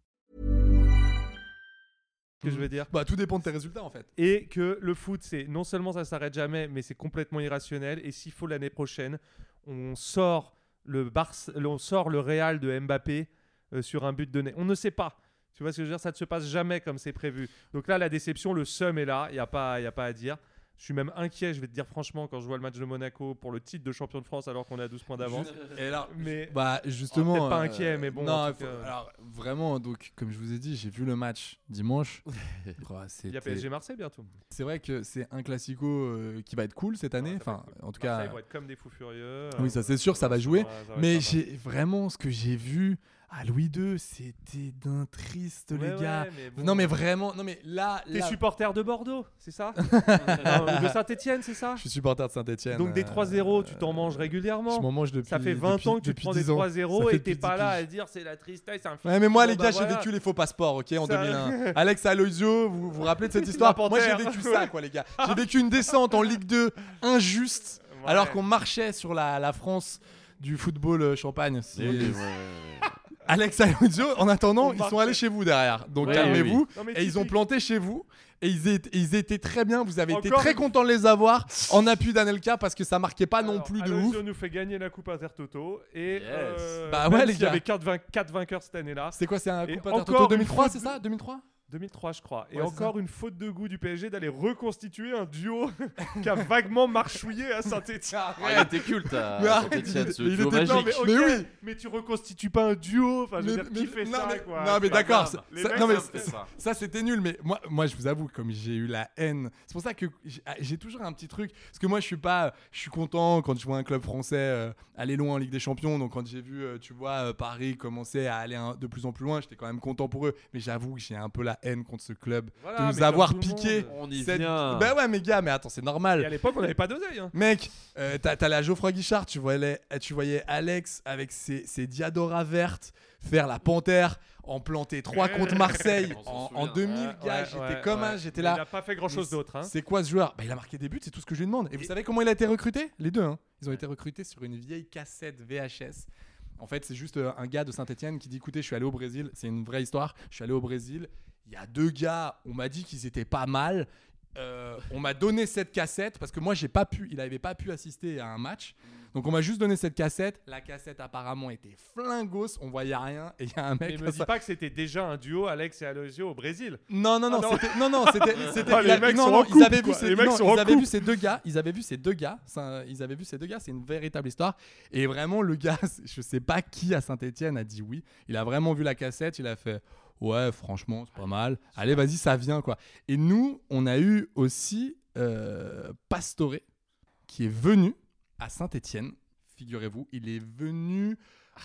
que je veux dire
bah tout dépend de tes résultats en fait
et que le foot, c'est non seulement ça s'arrête jamais, mais c'est complètement irrationnel. Et s'il faut l'année prochaine, on sort le Barça- on sort le Real de Mbappé euh, sur un but donné. On ne sait pas. Tu vois ce que je veux dire Ça ne se passe jamais comme c'est prévu. Donc là, la déception, le seum est là. Il n'y a, pas- y a pas à dire. Je suis même inquiet, je vais te dire franchement, quand je vois le match de Monaco pour le titre de champion de France alors qu'on est à 12 points d'avance.
et alors
Mais
Bah justement.
peut-être pas inquiet, mais bon, en
Non,
tout
faut-
cas.
alors vraiment, donc comme je vous ai dit, j'ai vu le match dimanche. Ouah,
il y a
c'était-
PSG Marseille bientôt.
C'est vrai que c'est un classico euh, qui va être cool cette année.
Ouais, ça va
enfin,
être
en tout
Marseille
cas,
vont être comme des fous furieux.
oui, ça, c'est sûr, ça va jouer.
ça va
mais
être sympa.
j'ai vraiment ce que j'ai vu à Louis II, c'était d'un triste,
Ouais,
les
ouais,
gars.
mais bon.
Non mais vraiment, non mais là,
T'es
là-
supporter de Bordeaux, c'est ça Non, De Saint-Etienne, c'est ça
je suis supporter de Saint-Etienne.
Donc des 3-0, tu t'en manges
Je m'en
régulièrement.
mange depuis.
Ça fait 20
depuis-
ans que tu
depuis
prends des
10 ans.
3-0
Ça fait
et t'es
depuis
pas
10
là
ans.
à dire c'est la tristesse. un
Ouais, mais moi,
Bon,
les
bah
gars,
voilà.
j'ai vécu les faux passports, ok, en
Ça-
2001. Alex Aloisio, vous vous rappelez de cette histoire
La
Moi, j'ai
panthère.
vécu ça, quoi, les gars. J'ai vécu une descente en Ligue 2 injuste,
Ouais.
alors qu'on marchait sur la, la France du football euh, champagne.
Mais oui,
C'est-
ouais, ouais, ouais.
Alex Alonso, en attendant,
On
ils
marche.
sont allés chez vous derrière. Donc
Ouais,
calmez-vous.
Non, mais
Et ils ont
typique-
planté chez vous. Et ils, étaient- ils étaient très bien. Vous avez été
Encore
très
une-
content de les avoir en appui d'Anelka parce que ça marquait pas non
Alors,
plus de
Alonso
ouf.
nous fait gagner la Coupe Intertoto. Et.
Yes.
euh,
Bah
même
ouais, les
s'il
gars.
y avait 4, vain- 4 vainqueurs cette année-là.
C'est quoi C'est un
Et
Coupe Intertoto
encore une
2003,
faute
c'est
de-
ça 2003
2003, je crois.
Ouais,
et
c'est
encore une faute de goût du PSG d'aller reconstituer un duo qui a vaguement marchouillé à Saint-Etienne.
Ah, il était culte à
Mais arrête,
Saint-Étienne,
il-
ce
il
duo
était- non,
magique.
mais-
ok,
oui.
mais tu reconstitues pas un duo. Enfin, je veux
Mais-
dire,
mais-
qui fait
non,
ça,
mais-
quoi
non, mais
C'est pas
d'accord,
grave.
ça-
Les
ça-
mecs,
non, mais
ça
c'est-
fait ça.
Ça, c'était nul, mais moi, moi je vous avoue, comme j'ai eu la haine, c'est pour ça que j'ai- ah, j'ai toujours un petit truc. Parce que moi, je suis pas, je suis content quand je vois un club français euh, aller loin en Ligue des Champions. Donc, quand j'ai vu, euh, tu vois, euh, Paris commencer à aller un- de plus en plus loin, j'étais quand même content pour eux. Mais j'avoue que j'ai un peu la haine contre ce club
Voilà,
de
mais
nous
comme
avoir
tout le
piqué.
monde.
On y
cette-
vient.
Bah ouais, mais gars, mais attends, c'est normal.
Et à l'époque, on n'avait pas d'oseille. hein.
Mec, euh, t'as t'as la Geoffroy Guichard, tu voyais, euh, tu voyais Alex avec ses, ses diadoras vertes faire la panthère, en planter 3 contre Marseille
On s'en
en, en
souvient.
2000,
Ouais,
gars.
ouais,
j'étais
ouais,
comme
ouais.
un, j'étais
Mais Il
là.
n'a pas fait grand chose
mais
d'autre. hein.
C'est quoi ce joueur bah, Il a marqué des buts, c'est tout ce que je lui demande. Et vous savez comment il a été recruté Les deux, hein. Ils ont été recrutés sur une vieille cassette VHS. En fait, c'est juste euh, un gars de Saint-Etienne qui dit écoutez, je suis allé au Brésil, c'est une vraie histoire. Je suis allé au Brésil, il y a deux gars, on m'a dit qu'ils étaient pas mal. Euh, on m'a donné cette cassette parce que moi j'ai pas pu, il avait pas pu assister à un match. Donc on m'a juste donné cette cassette. La cassette apparemment était flingos, on voyait rien et il y a un
Mais
mec.
me dis
ça-
pas que c'était déjà un duo Alex et Alosio au Brésil.
Non non non,
Ah, non.
c'était non non c'était c'était
Ah,
il
les
avait-
mecs
non,
sont
non,
en
ils
couple,
avaient vu
quoi.
ces
Les mecs
non,
sont en
ils avaient vu
couple.
ces deux gars, ils avaient vu ces deux gars, c'est un- ils avaient vu ces deux gars, c'est une véritable histoire et vraiment le gars, c'est- je sais pas qui à Saint-Étienne a dit oui, il a vraiment vu la cassette, il a fait ouais, franchement, c'est pas mal. Allez, vas-y, ça vient quoi. Et nous, on a eu aussi euh, Pastore qui est venu à Saint-Étienne, figurez-vous, il est venu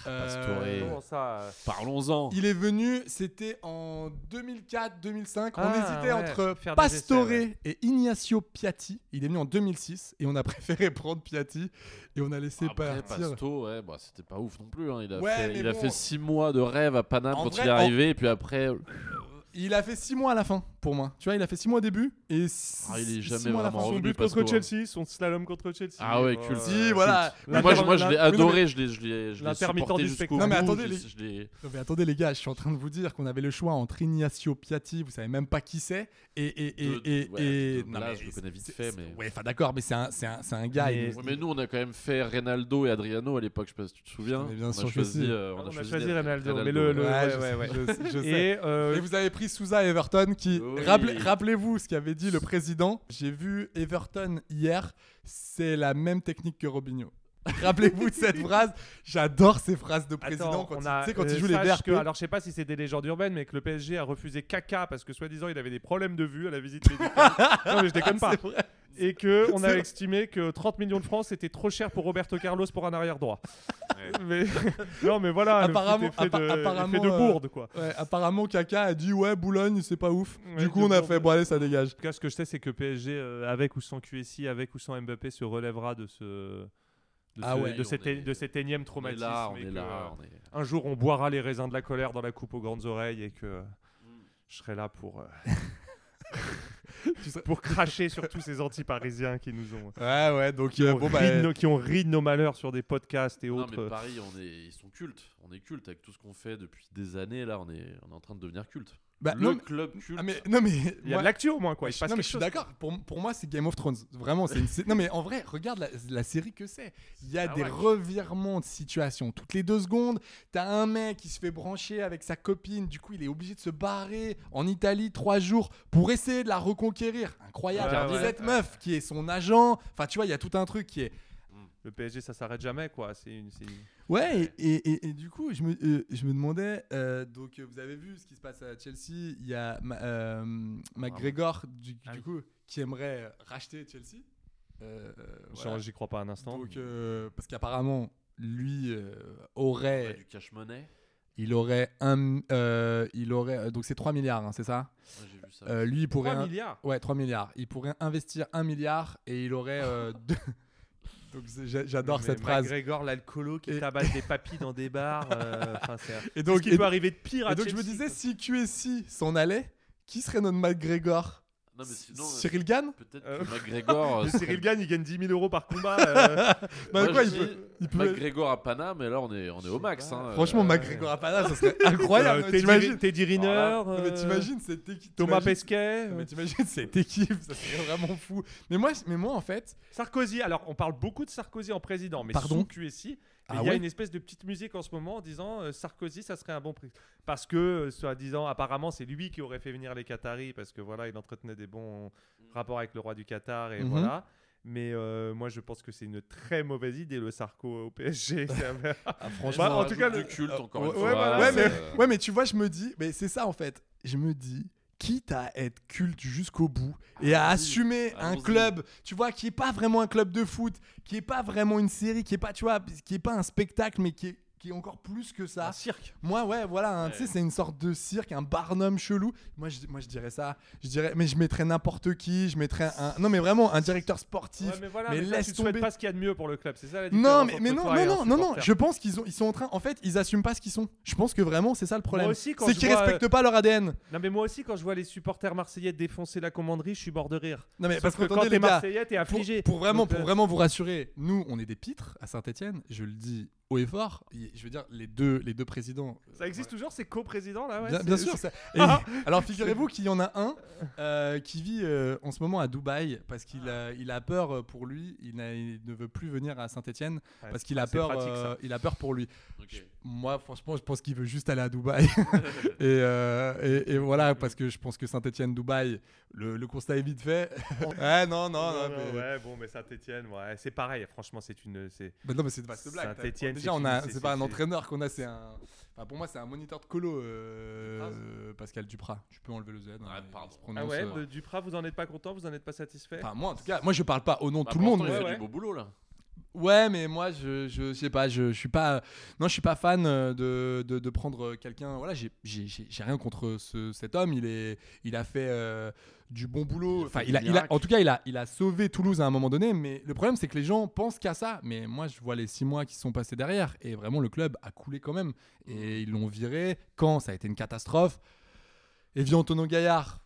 Pastore.
euh,
Comment
ça
Parlons-en.
il est venu, c'était en 2004-2005. on
Ah,
hésitait
ouais,
entre
faire des
Pastore
essais,
et Ignacio Piatti. Il est venu en 2006 et on a préféré prendre Piatti et on a laissé
Après,
partir.
Pasto, ouais, bah, c'était pas ouf non plus. hein. Il, a
Ouais,
fait,
mais
il a
bon.
fait six mois de rêve à Paname
En
quand
vrai,
il est
en-
arrivé, et puis après,
Il a fait 6 mois à la fin pour moi. Tu vois, il a fait 6 mois au début et 6
Ah, il est jamais
mois à la
vraiment
fin.
Son
revenu,
but contre
Pastore.
Chelsea, son slalom contre Chelsea. Oh.
Ah ouais,
Voilà.
culte.
Si, voilà.
Mais
La-
moi, je-
la-
moi, je l'ai
la-
adoré, je l'ai, je l'ai, je l'ai
L'intermittent
supporté
du
jusqu'au
spectacle.
Non, mais
bout,
attendez,
je-
les-
je l'ai-
Non mais attendez les gars, je suis en train de vous dire qu'on avait le choix entre Ignacio Piatti, vous savez même pas qui c'est, et et et
De-
et,
ouais,
et-
de
non,
Blas,
mais
je le connais vite
c'est-
fait,
c'est-
mais-
ouais, enfin d'accord, mais c'est un c'est un c'est un gars.
Mais-
il-
Ouais, mais nous, on a quand même fait Ronaldo et Adriano à l'époque, je sais pas si tu te souviens.
Mais bien
on
sûr
a
que
choisi,
si.
euh,
Ah, On a choisi Ronaldo, mais
Ouais,
le-
je
ouais,
sais,
ouais,
je- je sais.
Et euh,
Et vous avez pris Souza et Everton qui.
Oui.
rappelez- Rappelez-vous ce qu'avait dit le président. J'ai vu Everton hier, c'est la même technique que Robinho. Rappelez-vous de cette phrase. J'adore ces phrases de président
Attends,
quand,
on
il-
a,
tu sais, quand il
euh,
joue les
sache
verts.
que- alors je sais pas si c'est des légendes urbaines, mais que le PSG a refusé Kaka parce que soi-disant il avait des problèmes de vue à la visite médicale. non mais je déconne pas. Et que on a
C'est-
estimé que 30 millions de francs c'était trop cher pour Roberto Carlos pour un arrière droit. Mais- non mais voilà,
Apparemment-
le foot est fait de,
appa-
est
apparemment,
fait de
euh,
bourde quoi.
Ouais, apparemment, Kaka a dit Ouais, Boulogne, c'est pas ouf.
Ouais,
du coup, on a
de
fait
Bourg-
Bon, allez, ça dégage.
En tout cas, ce que je sais, c'est que PSG, euh, avec ou sans QSI, avec ou sans Mbappé, se relèvera de ce. De,
Ah
ce-
ouais.
de cet,
On est-
é- de cet énième
On est
traumatisme.
là, on
et
est
que,
là, on est
euh, Un jour, on boira les raisins de la colère dans la coupe aux grandes oreilles et que euh, je serai là pour, euh,
Tu sais-
pour cracher sur tous ces anti-parisiens qui nous ont,
Ouais, ouais, donc
qui
euh,
ont
bon,
ri
bah,
de nos, qui ont ri de nos malheurs sur des podcasts et
Non,
autres.
mais Paris, on est, ils sont cultes. On est cultes avec tout ce qu'on fait depuis des années. Là, on est, on est en train de devenir culte.
bah,
le
non, mais-
club culte.
ah, mais, non, mais.
Il y a
moi-
de l'actu au moins, quoi. Il se passe
non mais
quelque
je suis
chose.
d'accord. Pour, pour moi c'est Game of Thrones. Vraiment c'est une sé- non mais en vrai regarde la, la série que c'est. Il y a
Ah
des
ouais.
revirements de situation toutes les deux secondes. T'as un mec qui se fait brancher avec sa copine. Du coup il est obligé de se barrer en Italie trois jours pour essayer de la reconquérir. Incroyable.
Ah Ouais, ouais.
Cette meuf qui est son agent. Enfin tu vois il y a tout un truc qui est
Le PSG, ça s'arrête jamais, quoi. C'est une, c'est une-
Ouais, et- et, et- et du coup, je me, euh, je me demandais, euh, donc euh, vous avez vu ce qui se passe à Chelsea, il y a Ma- euh, McGregor, du,
Ah
du
oui.
coup, qui aimerait euh, racheter Chelsea. Euh, euh,
Genre,
voilà.
J'y crois pas un instant.
Donc, euh, parce qu'apparemment, lui euh, aurait,
Ouais, du cash money.
il aurait un, euh, il aurait, euh, donc c'est 3 milliards, hein, c'est ça
Moi, j'ai vu ça.
Euh, Lui, il pourrait...
3
un-
milliards.
Ouais, 3 milliards. Il pourrait investir 1 milliard et il aurait... euh, deux- donc c'est- j'a- j'adore
Mais
cette phrase.
McGregor, l'alcoolo qui
Et-
tabasse des papilles dans des bars. euh, enfin, c'est-
Et
Donc,
donc,
il
et-
peut arriver de pire à
Et donc je me
Chelsea,
disais,
quoi.
si QSI s'en allait, qui serait notre McGregor
Non, mais sinon, euh,
Cyril Gann
peut-être
Euh,
que McGregor. euh,
Mais Cyril Gann, il gagne 10 000 euros par combat. euh.
Bah,
moi,
quoi,
je
il
dis
peut- il peut-
McGregor à Pana, mais là, on est, on est
Je
au
sais
max.
pas.
hein, euh,
Franchement,
euh,
McGregor à Pana, ça serait incroyable.
Teddy,
T'imagines
Teddy Riner,
Alors
Non, mais
euh,
t'imagines cette équipe
Thomas
t'imagines-
Pesquet,
Non,
euh,
Mais t'imagines cette équipe, ça serait vraiment fou. Mais moi, mais moi en fait,
Sarkozy. Alors, on parle beaucoup de Sarkozy en président, mais
Pardon Ah
sous QSI, mais il y a une espèce de petite musique en ce moment en disant euh, Sarkozy, ça serait un bon prix. Parce que, euh, soi-disant, apparemment, c'est lui qui aurait fait venir les Qataris parce que voilà, il entretenait des bons rapports avec le roi du Qatar et
Mhm.
voilà. Mais euh, moi, je pense que c'est une très mauvaise idée le Sarko au PSG. C'est un-
Ah, franchement,
Bah, en tout cas,
rajoute
le-
du culte, encore
ouais,
une
ouais,
fois.
voilà,
là,
ouais, mais-
c'est-
Ouais, mais tu vois, je me dis, mais c'est ça en fait. Je me dis, quitte à être culte jusqu'au bout et à
Ah oui,
assumer un
allons-y.
club, tu vois, qui est pas vraiment un club de foot, qui est pas vraiment une série, qui est pas, tu vois, qui est pas un spectacle, mais qui est, qui est encore plus que ça.
un cirque.
Moi, ouais, voilà, hein, tu sais,
Ouais.
c'est une sorte de cirque, un barnum chelou. Moi, je, moi, je dirais ça. Je dirais, mais je mettrais n'importe qui, je mettrais un, non, mais vraiment un directeur sportif.
Ouais, mais voilà,
mais
mais toi,
laisse
tu ne souhaites
tomber.
pas ce qu'il y a de mieux pour le club, c'est ça la
Non,
différence
mais,
entre
mais non,
toi
non,
et un
non, non, non,
supporter.
je pense qu'ils ont, ils sont en train, en fait, ils assument pas ce qu'ils sont. Je pense que vraiment, c'est ça le problème.
aussi, quand
c'est
je
qu'ils
vois, euh,
respectent pas leur ADN.
Non, mais moi aussi, quand je vois les supporters marseillais défoncer la commanderie, je suis mort de rire.
Non, mais
Sauf
parce
que
qu'entendez,
quand
les
t'es
gars,
marseillais, t'es
Pour,
affligé.
pour vraiment,
Donc,
pour
euh,
vraiment vous rassurer, nous, on est des pitres à Saint-Etienne. Je le dis haut et fort. Y- Je veux dire, les deux, les deux présidents. euh,
Ça existe toujours, ces co-présidents là ouais,
bien,
c'est-
bien sûr. ça- et- alors figurez-vous qu'il y en a un euh, qui vit euh, en ce moment à Dubaï parce qu'il a, il a peur euh, pour lui. Il, n'a- il ne veut plus venir à Saint-Etienne
Ouais,
parce qu'il a
c'est
peur.
pratique, ça.
euh, il a peur pour lui.
Ok.
Moi, franchement, je pense qu'il veut juste aller à Dubaï. et, euh, et, et voilà, parce que je pense que Saint-Etienne, Dubaï, le, le constat est vite fait. ouais, non, non, non.
Non, non,
mais...
Ouais, bon, mais Saint-Etienne, ouais, c'est pareil. hein, Franchement, c'est une. c'est-
Bah non, mais c'est une vaste blague.
Saint-Étienne,
Déjà,
c'est
on a,
une-
c'est
c'est-
pas un
c'est-
entraîneur qu'on a, c'est un. Enfin, pour moi, c'est un moniteur de colo, euh, Pascal Duprat. Tu peux enlever le Z. hein,
Ah,
il
pardon.
se prononce,
Ah ouais,
euh,
de Duprat, vous en êtes pas content, vous en êtes pas satisfait
Enfin, moi, en tout cas, moi, je parle pas au nom de
Bah,
tout le
pour
monde. Euh,
l'instant,
mais-
il fait du
ouais.
beau boulot là.
Ouais, mais moi, je, je sais pas, je, je suis pas, non, je suis pas fan euh, de, de, de prendre euh, quelqu'un. Voilà, j'ai, j'ai, j'ai j'ai rien contre ce, cet homme. Il est, il a fait euh, du bon
Il
boulot.
a
Enfin,
fait
il a,
des
il a,
miracles.
en tout cas, il a, il a sauvé Toulouse à un moment donné. Mais le problème, c'est que les gens pensent qu'à ça. Mais moi, je vois les six mois qui se sont passés derrière, et vraiment, le club a coulé quand même. Et ils l'ont viré quand ça a été une catastrophe. Et vient Antonin Gaillard.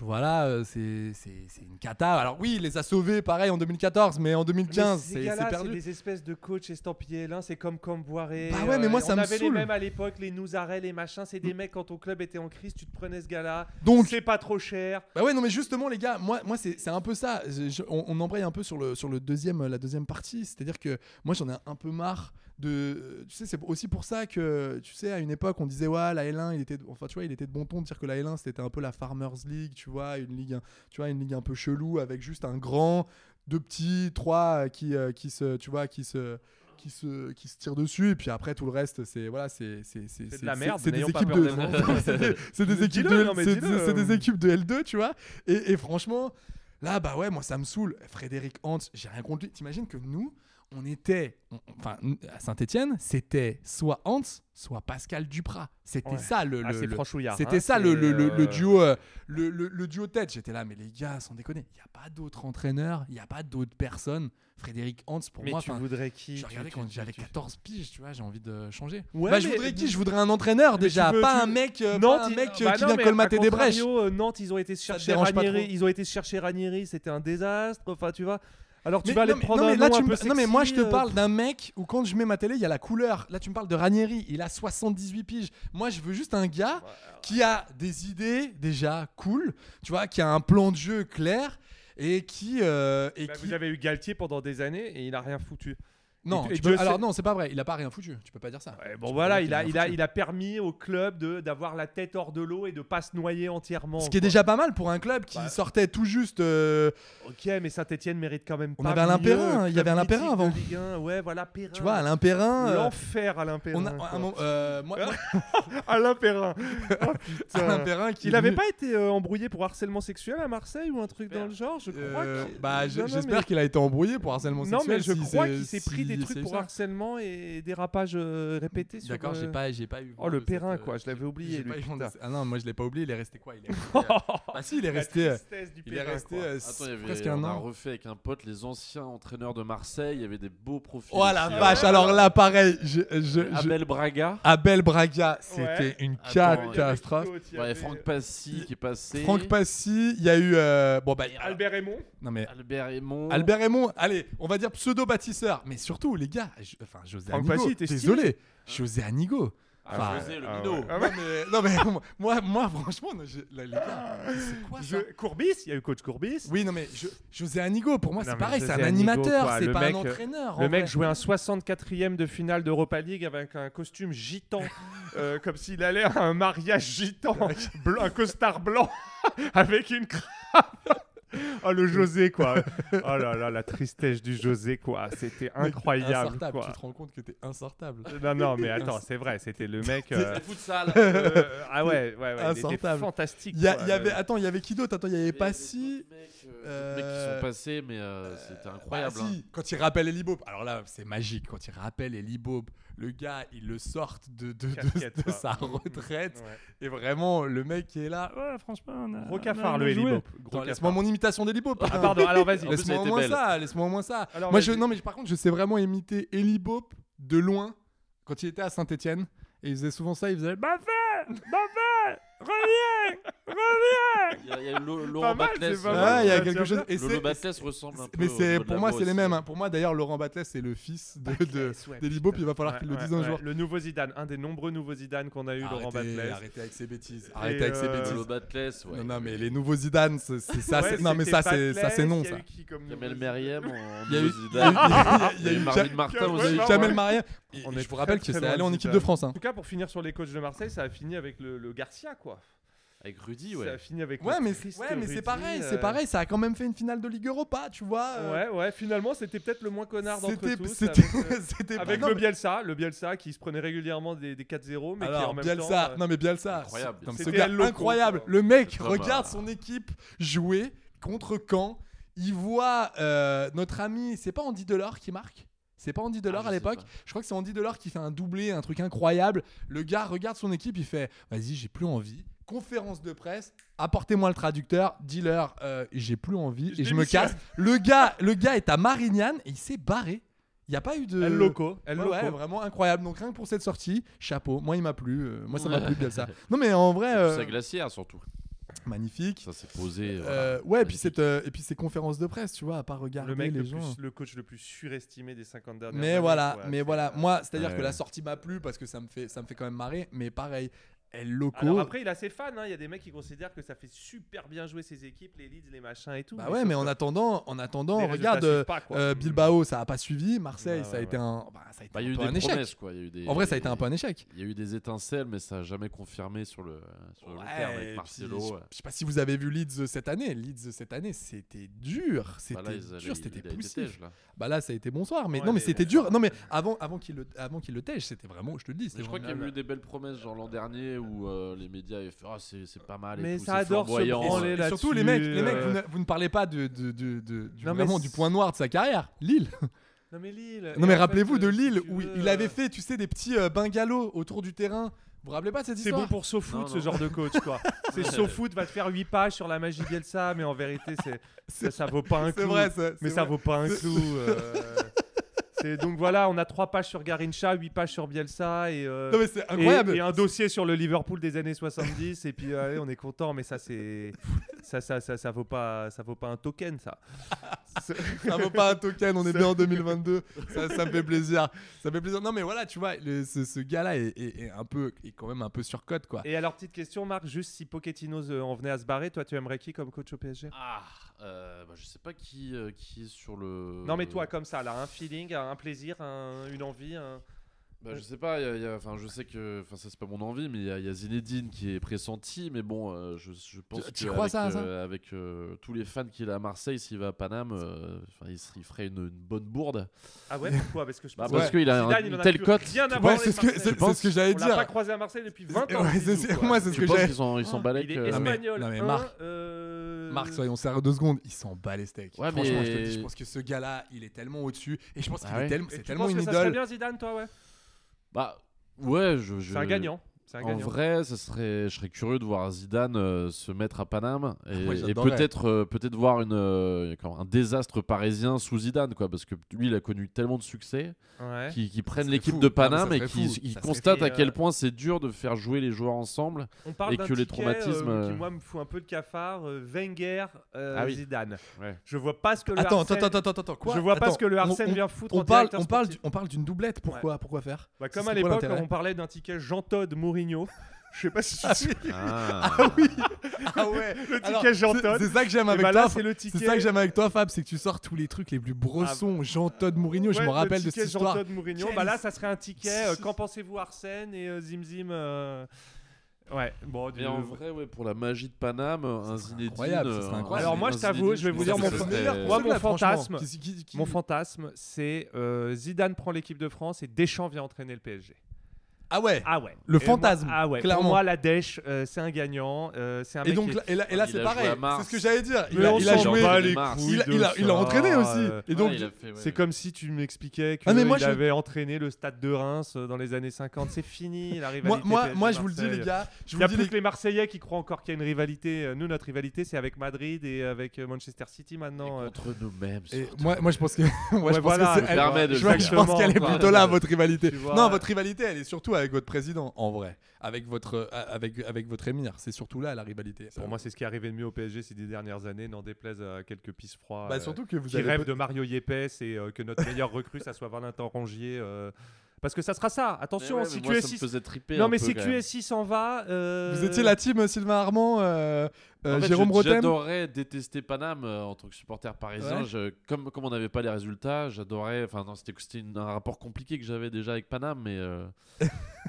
Voilà, euh, c'est, c'est, c'est une cata. Alors oui, il les a sauvés, pareil, en 2014, mais en 2015,
Mais
c'est,
ces
c'est
gars-là,
perdu.
C'est des espèces de coachs estampillés. L'un, c'est comme Camboiré.
Bah ouais, mais moi, ça
on
me
avait les
saoule. Mm.
mêmes à l'époque, les Nouzarets, les machins. C'est des mecs, quand ton club était en crise, tu te prenais ce gars-là.
Donc-
c'est pas trop cher.
Bah ouais, non, mais justement, les gars, moi, moi c'est c'est un peu ça. Je- je- on, on embraye un peu sur, le, sur le deuxième, euh, la deuxième partie. C'est-à-dire que moi, j'en ai un peu marre de. euh, Tu sais, c'est aussi pour ça que, tu sais, à une époque, on disait, ouais, la L1, il était. Enfin, tu vois, il était de bon ton de dire que la L1, c'était un peu la Farmers League, tu vois, une ligue, un- tu vois, une ligue un peu chelou avec juste un grand, deux petits, trois euh, qui, euh, qui se. Tu vois, qui se. Qui se, qui se tirent dessus et puis après tout le reste c'est voilà c'est c'est c'est
C'est de la merde,
c'est des
n'ayons pas
équipes
peur
de
des mots.
c'est des- c'est des
Dis-le,
équipes de
non, mais
c'est-
dis-le.
c'est des équipes de L2 tu vois et, et franchement, là, bah ouais, moi, ça me saoule. Frédéric Hans, j'ai rien contre lui. T'imagines que nous, on était, on- on- enfin, n- à Saint-Etienne, c'était soit Hans, soit Pascal Duprat. C'était
Ouais.
ça le.
Ah,
le-
c'est
le-
franchouillard.
c'était
hein,
ça le,
c'est,
le- le- le
euh,
duo euh, le, le- le duo tête. J'étais là, mais les gars, sans déconner, il n'y a pas d'autres entraîneurs, il n'y a pas d'autres personnes. Frédéric Hans, pour
Mais
moi,
tu
enfin,
voudrais qui
j'ai
tu-
regardé
tu-
quand
tu-
j'avais
tu-
14 piges, tu vois, j'ai envie de changer.
Ouais,
bah, je
mais-
voudrais qui Je voudrais un entraîneur
Mais
déjà,
tu veux-
pas
tu-
un mec, euh, pas
Nantes,
un
il-
mec euh,
bah
qui
non,
vient
mais
colmater
à
des brèches.
contrario, euh, Nantes, ils ont été chercher
dérange pas
Ranieri,
trop.
ils ont été chercher Ranieri, c'était un désastre. Enfin, tu vois. Alors tu
Mais
vas aller
non, mais-
prendre
non, mais
un
là,
nom
tu
un
me-
peu
Non, mais moi, je
sexy,
te
euh,
parle d'un mec où quand je mets ma télé, il y a la couleur. Là, tu me parles de Ranieri. Il a 78 piges. Moi, je veux juste un gars qui a des idées déjà cool, tu vois, qui a un plan de jeu clair et qui. euh, et
Bah,
qui...
Vous avez eu Galtier pendant des années et il a rien foutu.
Non,
et
tu
Dieu
peux-
sait-
alors non, c'est pas vrai. Il a pas rien foutu. Tu peux pas dire ça.
Ouais,
Tu
bon
peux
voilà,
pas dire
il a,
qu'il
il, a,
rien
il a permis au club de- d'avoir la tête hors de l'eau et de pas se noyer entièrement.
foutu. Ce qui est
quoi.
déjà pas mal pour un club qui
Bah.
sortait tout juste. euh,
Ok, mais Saint-Etienne mérite quand même
On
pas
avait Alain
mieux,
Perrin, il y
club
avait Alain
mythique
Perrin
de
avant.
Ligue 1, Ouais, voilà, Perrin.
tu vois, Alain Perrin. euh,
L'enfer, Alain Perrin.
on a,
quoi.
un moment- euh, moi, moi,
Alain Perrin. Oh, putain.
Alain Perrin qui.
Il
est
avait
venu-
pas été euh, embrouillé pour harcèlement sexuel à Marseille ou un truc dans le genre, je crois.
Euh,
que-
bah,
Non,
j-
non, mais-
j'espère qu'il a été embrouillé pour harcèlement
Non,
sexuel.
mais je
si
crois
c'est-
qu'il s'est
si
pris des
c'est
trucs pour
ça.
harcèlement et dérapages euh, répétés. sur,
D'accord, j'ai
euh,
pas, j'ai pas eu.
Oh, le
vent de cette,
Perrin,
euh,
quoi, je l'avais
j'ai-
oublié,
j'ai
lui,
pas eu vent de
putain.
ce- Ah non, moi je l'ai pas oublié, il est resté quoi Il est resté, euh, bah, Bah si, il est
La
resté.
tristesse du
Il est
Pékin,
resté
quoi.
euh,
Attends, il y avait-
presque
on
un
a
an.
refait avec un pote les anciens entraîneurs de Marseille. Il y avait des beaux profils.
Oh la
aussi. euh,
vache, alors là, pareil. Je, je, je-
Abel Braga.
Abel Braga, c'était
Ouais.
une
Attends, il y avait
catastrophe.
Claude, il
Ouais, il
y
y a
avait,
Franck
euh,
Passy qui est passé.
Franck Passy, il y a eu. euh, bon, bah.
Albert Aymon.
Non, mais.
Albert Aymon.
Oh.
Albert Raymond, allez, on va dire pseudo-bâtisseur. Mais surtout, les gars, je- enfin, José
Franck
Anigo.
Passy, t'es stylé.
désolé, José Anigo.
Ah,
Enfin,
José, le
Ah,
minot.
ouais. Ah
non,
ouais.
mais, non, mais moi, moi, franchement, non, je- là, les gars, c'est quoi ça
Je- Courbis, il y a eu coach Courbis.
Oui, non, mais je- José Anigo, pour moi,
Non,
c'est
mais
pareil, c'est
José
un
Anigo,
animateur,
quoi,
c'est
le
pas
mec,
un
euh,
entraîneur. en
Le mec
vrai.
jouait un 64e de finale d'Europa League avec un costume gitan, euh, comme s'il allait à un mariage gitan, blanc, un costard blanc, avec une crabe. Oh le José quoi. Oh là là la tristesse du José quoi. C'était incroyable
Insortable,
quoi.
Tu te rends compte que t'es insortable.
Non non mais attends c'est vrai c'était le mec. euh,
Futsal.
euh, ah ouais ouais, ouais, il était
Insortable.
fantastique.
Il y, a-
quoi.
il y avait, attends, il y avait qui d'autre Attends, il y avait
Il y avait
Passy.
d'autres mecs, euh, d'autres mecs qui
euh,
sont passés, mais euh, c'était incroyable.
Bah,
hein.
si, Quand il rappelle Eli Bob, alors là c'est magique. Quand il rappelle Eli Bob, le gars il le sort de, de, de-
Casquette,
de
quoi.
sa retraite
Ouais.
et vraiment le mec qui est là. Ouais, franchement, on a-
Gros
on a-
cafard,
on a
le Eli
joué.
Bob.
Attends,
Gros
Laisse-moi
cafard.
mon imitation d'Eli Bob.
Ah
putain.
pardon alors vas-y.
plus, elle
Laisse-moi au
était
moins
belle.
ça. Laisse-moi au moins ça.
Alors,
Moi je
vas-y.
non mais je- par contre je sais vraiment imiter Eli Bob de loin quand il était à Saint-Étienne et il faisait souvent ça. Il faisait Baffel, Baffel, reviens, reviens.
hein. Il y a, il y a Lo- Laurent
mal,
Batles.
c'est pas
Ah, il y a
Ouais,
quelque
tiens,
chose. Et
Lolo
c'est-
Batles ressemble un peu.
mais
au
c'est
niveau de
pour
la
moi
voix
c'est les
aussi.
mêmes. hein. Pour moi d'ailleurs Laurent Batles c'est le fils de, de
Batles, ouais,
d'Eli Bob.
putain.
Il va falloir
Ouais,
qu'il le
ouais,
dise un
ouais.
jour.
Le nouveau Zidane, un des nombreux nouveaux Zidane qu'on a eu, Laurent Batles.
arrêtez avec ces bêtises.
Et,
Arrêtez avec ces
euh,
bêtises.
Lolo Batles, ouais.
Non, non, mais les nouveaux Zidane, c'est c'est ça.
Ouais,
c'est- non, mais
c'était
ça, c'est
Batles,
ça, c'est non,
il y a
ça.
eu qui comme
Kamel
nouveau
Meriem en
Mm. Il y a eu-
Nouveau
il y a eu-
Zidane.
il y a eu
Marvin
Jack-
Martin
Jack-
aussi.
Ouais,
Jamel
ouais.
Maria. Et-
On
et
est
je vous rappelle
très,
que
très
c'est
loin
allé
de
en équipe
Zidane.
de France. hein.
En tout cas, pour finir sur les coachs de Marseille, ça a fini avec le, le Garcia, quoi.
Avec Rudy,
Ça a
ouais.
fini avec.
Ouais,
le
mais,
triste
ouais, mais
Rudy,
c'est pareil,
euh,
c'est pareil. Ça a quand même fait une finale de Ligue Europa, tu vois. euh,
Ouais, ouais. Finalement, c'était peut-être le moins connard d'entre
C'était
tous.
c'était-
avec, euh,
c'était pas-
avec
non,
le
mais-
Bielsa, le Bielsa qui se prenait régulièrement des, des 4-0, mais qui en
Alors,
même
Bielsa,
temps. euh,
non mais Bielsa,
Incroyable.
c'est- non, mais ce
C'était
gars
El Loco,
incroyable.
quoi.
Le mec
Putain,
regarde
bah.
son équipe jouer contre Caen. Il voit euh, notre ami, c'est pas Andy Delors qui marque C'est pas Andy
Ah,
Delors
je
à
sais
l'époque
pas.
Je crois que c'est Andy Delors qui fait un doublé, un truc incroyable. Le gars regarde son équipe, il fait Vas-y, j'ai plus envie. Conférence de presse, apportez-moi le traducteur, dealer, euh, j'ai plus envie
Je
et je me
démissionne.
casse. Le gars, le gars est à Marignane et il s'est barré. Il n'y a pas eu de.
euh, El Loco, El
Ouais,
Loco.
ouais, vraiment incroyable. Donc rien que pour cette sortie, chapeau. Moi, il m'a plu. euh, moi, ça m'a plu, Bielsa. Non, mais en vrai, euh,
Sa glacière surtout.
magnifique.
Ça s'est posé.
Euh,
voilà.
ouais, puis
Magnifique.
cette, euh, et puis ces conférences de presse, tu vois, à part regarder
Le mec,
les
le,
gens. hein.
plus, le coach le plus surestimé des 50 dernières
Mais
années,
voilà,
quoi.
mais
C'est,
voilà.
euh,
Moi, c'est-à-dire
Ouais.
que la sortie m'a plu parce que ça me fait, ça me fait quand même marrer. Mais pareil, elle
Alors
loco.
après, il a ses fans. hein. Il y a des mecs qui considèrent que ça fait super bien jouer ses équipes, les leads, les machins et tout.
Bah ouais, mais en attendant, en attendant,
les résultats
regarde
suivent pas, quoi.
euh, Bilbao, ça a pas suivi. Marseille,
Ouais,
ça a
ouais,
été un, bah, ça a été
Bah, il y
un,
a eu
peu
des
un échec.
promesses, quoi. Il y a eu des-
En vrai, ça a été un peu un échec.
Il y a eu des étincelles, mais ça n'a jamais confirmé sur le, sur le long
Ouais,
terme
et puis,
avec
je,
Marcelo. ouais.
je sais pas si vous avez vu Leeds cette année. Leeds cette année, c'était dur, c'était
Bah là, ils allaient-
dur, c'était
il a été
poussif.
têche, là.
Bah là, ça a été bonsoir, mais
Ouais,
non, mais
mais- euh,
c'était dur. Non, mais avant, avant qu'il le, avant qu'il le tège, c'était vraiment, je te le dis,
Mais
c'était
je crois qu'il y
vraiment-
a eu des belles promesses, genre l'an dernier, où euh, les médias avaient fait Ah, c'est c'est pas mal. et
Mais
tout,
ça
c'est
adore se
flamboyant.
branler,
Et
là.
surtout les
là-dessus,
mecs, les mecs,
euh,
vous ne, vous ne parlez pas de, de, de, de- du,
Non, mais
vraiment du
c'est-
point noir de sa carrière, Lille.
Non mais Lille.
Non
Et
mais
en
rappelez-vous
fait,
de
euh, si
Lille
tu
où
veux,
il avait
euh,
fait, tu sais, des petits euh, bungalows autour du terrain. Vous vous rappelez pas de cette
C'est
histoire
bon pour SoFoot
Non,
ce
non.
genre de coach quoi.
Ouais.
c'est SoFoot va te faire 8 pages sur la magie Bielsa mais en vérité c'est ça, ça vaut pas un
C'est
clou.
vrai, ça. c'est
mais ça
vrai.
vaut pas un
C'est-
clou. euh, c'est donc voilà, on a 3 pages sur Garincha, 8 pages sur Bielsa et euh,
Non mais c'est
et-
incroyable.
Et, un dossier sur le Liverpool des années 70 et puis euh, allez, on est content mais ça c'est ça, ça ça ça vaut pas ça vaut pas un token ça. C'est-
ça vaut pas un token, on est bien en 2022. Ça, ça me fait plaisir. Ça me fait plaisir. Non, mais voilà, tu vois, le- ce, ce gars-là est, est- est un peu, est quand même un peu surcote, quoi.
Et alors petite question Marc, juste si Pochettino euh, en venait à se barrer, toi tu aimerais qui comme coach au PSG
Ah, euh, bah, je sais pas qui, euh, qui est sur le.
Non mais toi comme ça là, un feeling, un plaisir, un- une envie, un-
Bah, je sais pas, il y a- il y a- enfin, je sais que. Enfin, ça, c'est pas mon envie, mais il y, a- il y a Zinedine qui est pressenti, mais bon, euh, je, je pense
Tu- tu
que
crois
avec,
ça, ça
euh, avec, euh, tous les fans qu'il a à Marseille, s'il va à Paname, euh, enfin, il, se- il ferait une, une bonne bourde.
Ah ouais, pourquoi Parce que je
Bah,
pense
Parce
Ouais.
qu'il a
Zidane,
un-
il en
une
a
telle
plus
cote.
rien à
Ouais,
voir
c'est
avec
ce que-
Marseille.
c'est- c'est ce que j'allais
On l'a pas
dire.
croisé à Marseille depuis 20 ans.
Ouais, c'est-
Zizou,
c'est-
quoi.
moi, c'est ce
Tu
que
penses
j'allais
qu'ils sont- ils sont
Ah,
balèques
Il est
euh,
Non, mais-
espagnol.
non, mais
un,
Marc-
euh,
Marc, soyons sérieux deux secondes, il s'en bat les steaks.
Ouais,
Franchement,
mais-
je te le dis, je pense que ce gars-là, il est tellement au-dessus. Et je pense qu'il
Ah ouais
est tellement,
Bah Et
c'est
tu
tellement
penses
une
que ça serait
idole.
bien Zidane, toi, ouais.
Bah, ouais, je. je-
C'est un gagnant. C'est un
En
gagnant.
vrai, ça serait, je serais curieux de voir Zidane euh, se mettre à Paname et,
Ah, moi,
et
j'adorerais.
peut-être euh, peut-être voir une, euh, comment, un désastre parisien sous Zidane, quoi, parce que lui, il a connu tellement de succès
Ouais.
qu'ils qu'ils prennent
serait
l'équipe
fou.
de
Non, mais ça
Paname et
serait
qu'ils
fou.
ils
Ça serait
constatent
fou.
à
Et,
quel
euh,
point c'est dur de faire jouer les joueurs ensemble.
On parle
et
d'un
que les
ticket,
traumatismes,
euh, qui
euh,
moi me fout un peu de cafard. euh, Wenger, euh,
Ah oui.
Zidane.
Ouais.
Je vois pas ce que le
Attends,
Arsène-
attends, attends, attends, attends, quoi
Je vois pas
Attends,
ce que le
on-
Arsène
on-
vient foutre en
On parle,
directeur
on parle,
sportif.
du- on parle d'une doublette. Pourquoi, pourquoi faire
Bah,
C'est
comme à
quoi
l'époque,
l'intérêt
on parlait d'un ticket Jean Todd Mourinho. Je sais pas si tu te souviens.
Ah,
Ah ouais.
Le ticket
Alors,
Jean
c'est-
Todt.
C'est ça que j'aime
Et
avec
bah là,
toi.
c'est le ticket. Ah bah.
C'est ça que j'aime avec toi, Fab, c'est que tu sors tous les trucs les plus brossons. Jean Todd Mourinho, je
Ouais,
me
le
rappelle de
ticket
cette histoire.
Jean-Claude Mourinho.
Quel-
Bah là, ça serait un ticket. euh, Qu'en pensez-vous, Arsène et euh, Zimzim euh, Ouais, bon, du-
mais en vrai, ouais, pour la magie de Paname, un
serait
Zinedine.
incroyable, ça
euh,
serait
un-
incroyable.
Alors moi,
un
je t'avoue,
Zinedine,
je vais vous
pense
dire
que
mon
ce
fa-
serait-
Moi,
Ceux-là,
mon
franchement,
fantasme-
qui- qui- qui-
mon fantasme, c'est euh, Zidane prend l'équipe de France et Deschamps vient entraîner le PSG.
Ah ouais.
Ah ouais.
Le
Et moi-
fantasme,
ah ouais. Pour
clairement.
moi, la dèche, euh, c'est un gagnant. euh, c'est un
Et
mec
donc
qui
là, et
est-
là, et là,
Il
c'est
a joué
pareil.
à Mars.
C'est ce que j'allais dire. Il
Mais
a,
on
il a
s'en
joué.
bat
les
il a-
couilles
il a,
de
il a,
ça,
entraîné aussi.
euh,
Et donc,
Ouais, Ah, il a fait, ouais,
C'est
ouais.
comme si tu m'expliquais qu'il
Ah, mais moi, je-
avait entraîné le stade de Reims euh, dans les années 50. C'est fini, la
moi,
rivalité.
moi,
PSG
moi, je vous le dis, les
Marseille.
gars. Je
Il
vous
n'y a
le dis,
plus
les
que les Marseillais qui croient encore qu'il y a une rivalité. Euh, Nous, notre rivalité, c'est avec Madrid et avec euh, Manchester City maintenant. euh.
Entre nous-mêmes.
Et
surtout.
moi, moi, je pense que, moi,
Ouais,
je pense
voilà.
que
Je
c'est- elle-
permets de
je,
le
vois-
dire.
je pense qu'elle est
Exactement,
plutôt
quoi.
là, votre rivalité.
Tu vois,
non,
ouais.
votre rivalité, elle est surtout avec votre président, en vrai. Avec votre, euh, avec, avec votre émir. C'est surtout là, la rivalité.
Pour moi, c'est ce qui est arrivé de mieux au PSG ces dix dernières années. N'en déplaise à quelques pisse froids
Bah,
euh,
surtout que vous
qui
avez
rêvent
peut-
de Mario Yepes et euh, que notre meilleur recrue, ça soit Valentin Rongier. euh, Parce que ça sera ça. Attention,
Mais ouais,
si
mais moi, ça me
QSI.
faisait triper
Non,
un
mais
peu,
si
quand même.
QSI s'en va. euh,
Vous étiez la team euh, Sylvain Armand, euh, euh,
En fait,
Jérôme
je-
Rotem.
J'adorais détester Paname euh, en tant que supporter parisien.
Ouais.
Je- comme, comme on n'avait pas les résultats, j'adorais. Enfin, non, c'était c'était une- un rapport compliqué que j'avais déjà avec Paname, mais euh,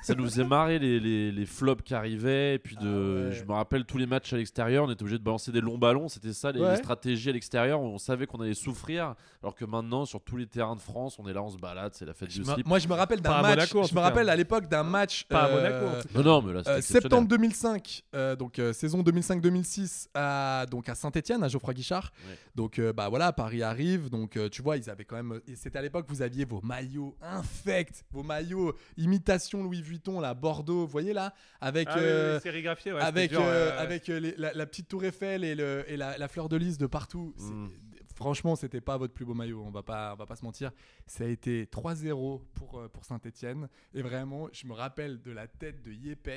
ça nous faisait marrer les, les, les flops qui arrivaient. Et puis, de,
Ah ouais.
je me rappelle tous les matchs à l'extérieur, on était obligé de balancer des longs ballons. C'était ça les, les
Ouais.
stratégies à l'extérieur. où On savait qu'on allait souffrir. Alors que maintenant, sur tous les terrains de France, on est là, on se balade, c'est la fête du
Moi-
slip.
Moi, je me rappelle
Pas
d'un
à
match.
Monaco, en tout
je me
cas.
rappelle à l'époque d'un match.
Pas à
euh,
Monaco, en tout cas.
Non, non, mais là,
euh,
c'était
septembre 2005, euh, donc euh, saison 2005-2006 à donc à Saint-Étienne, à Geoffroy Guichard.
Ouais.
Donc euh, bah voilà, Paris arrive. Donc euh, tu vois, ils avaient quand même. et C'était à l'époque, vous aviez vos maillots infects, vos maillots imitation Louis Vuitton, là Bordeaux, vous voyez là, avec
Ah oui, oui, oui,
euh,
sérigraphié, ouais, c'était
avec
dur, ouais,
euh,
ouais, ouais.
avec euh, les- la, la petite tour Eiffel et, le, et la, la fleur de lys de partout. C'est-
Mm.
Franchement, c'était pas votre plus beau maillot. On va pas, on va pas se mentir. Ça a été 3-0 pour euh, pour Saint-Étienne. Et vraiment, je me rappelle de la tête de Yepes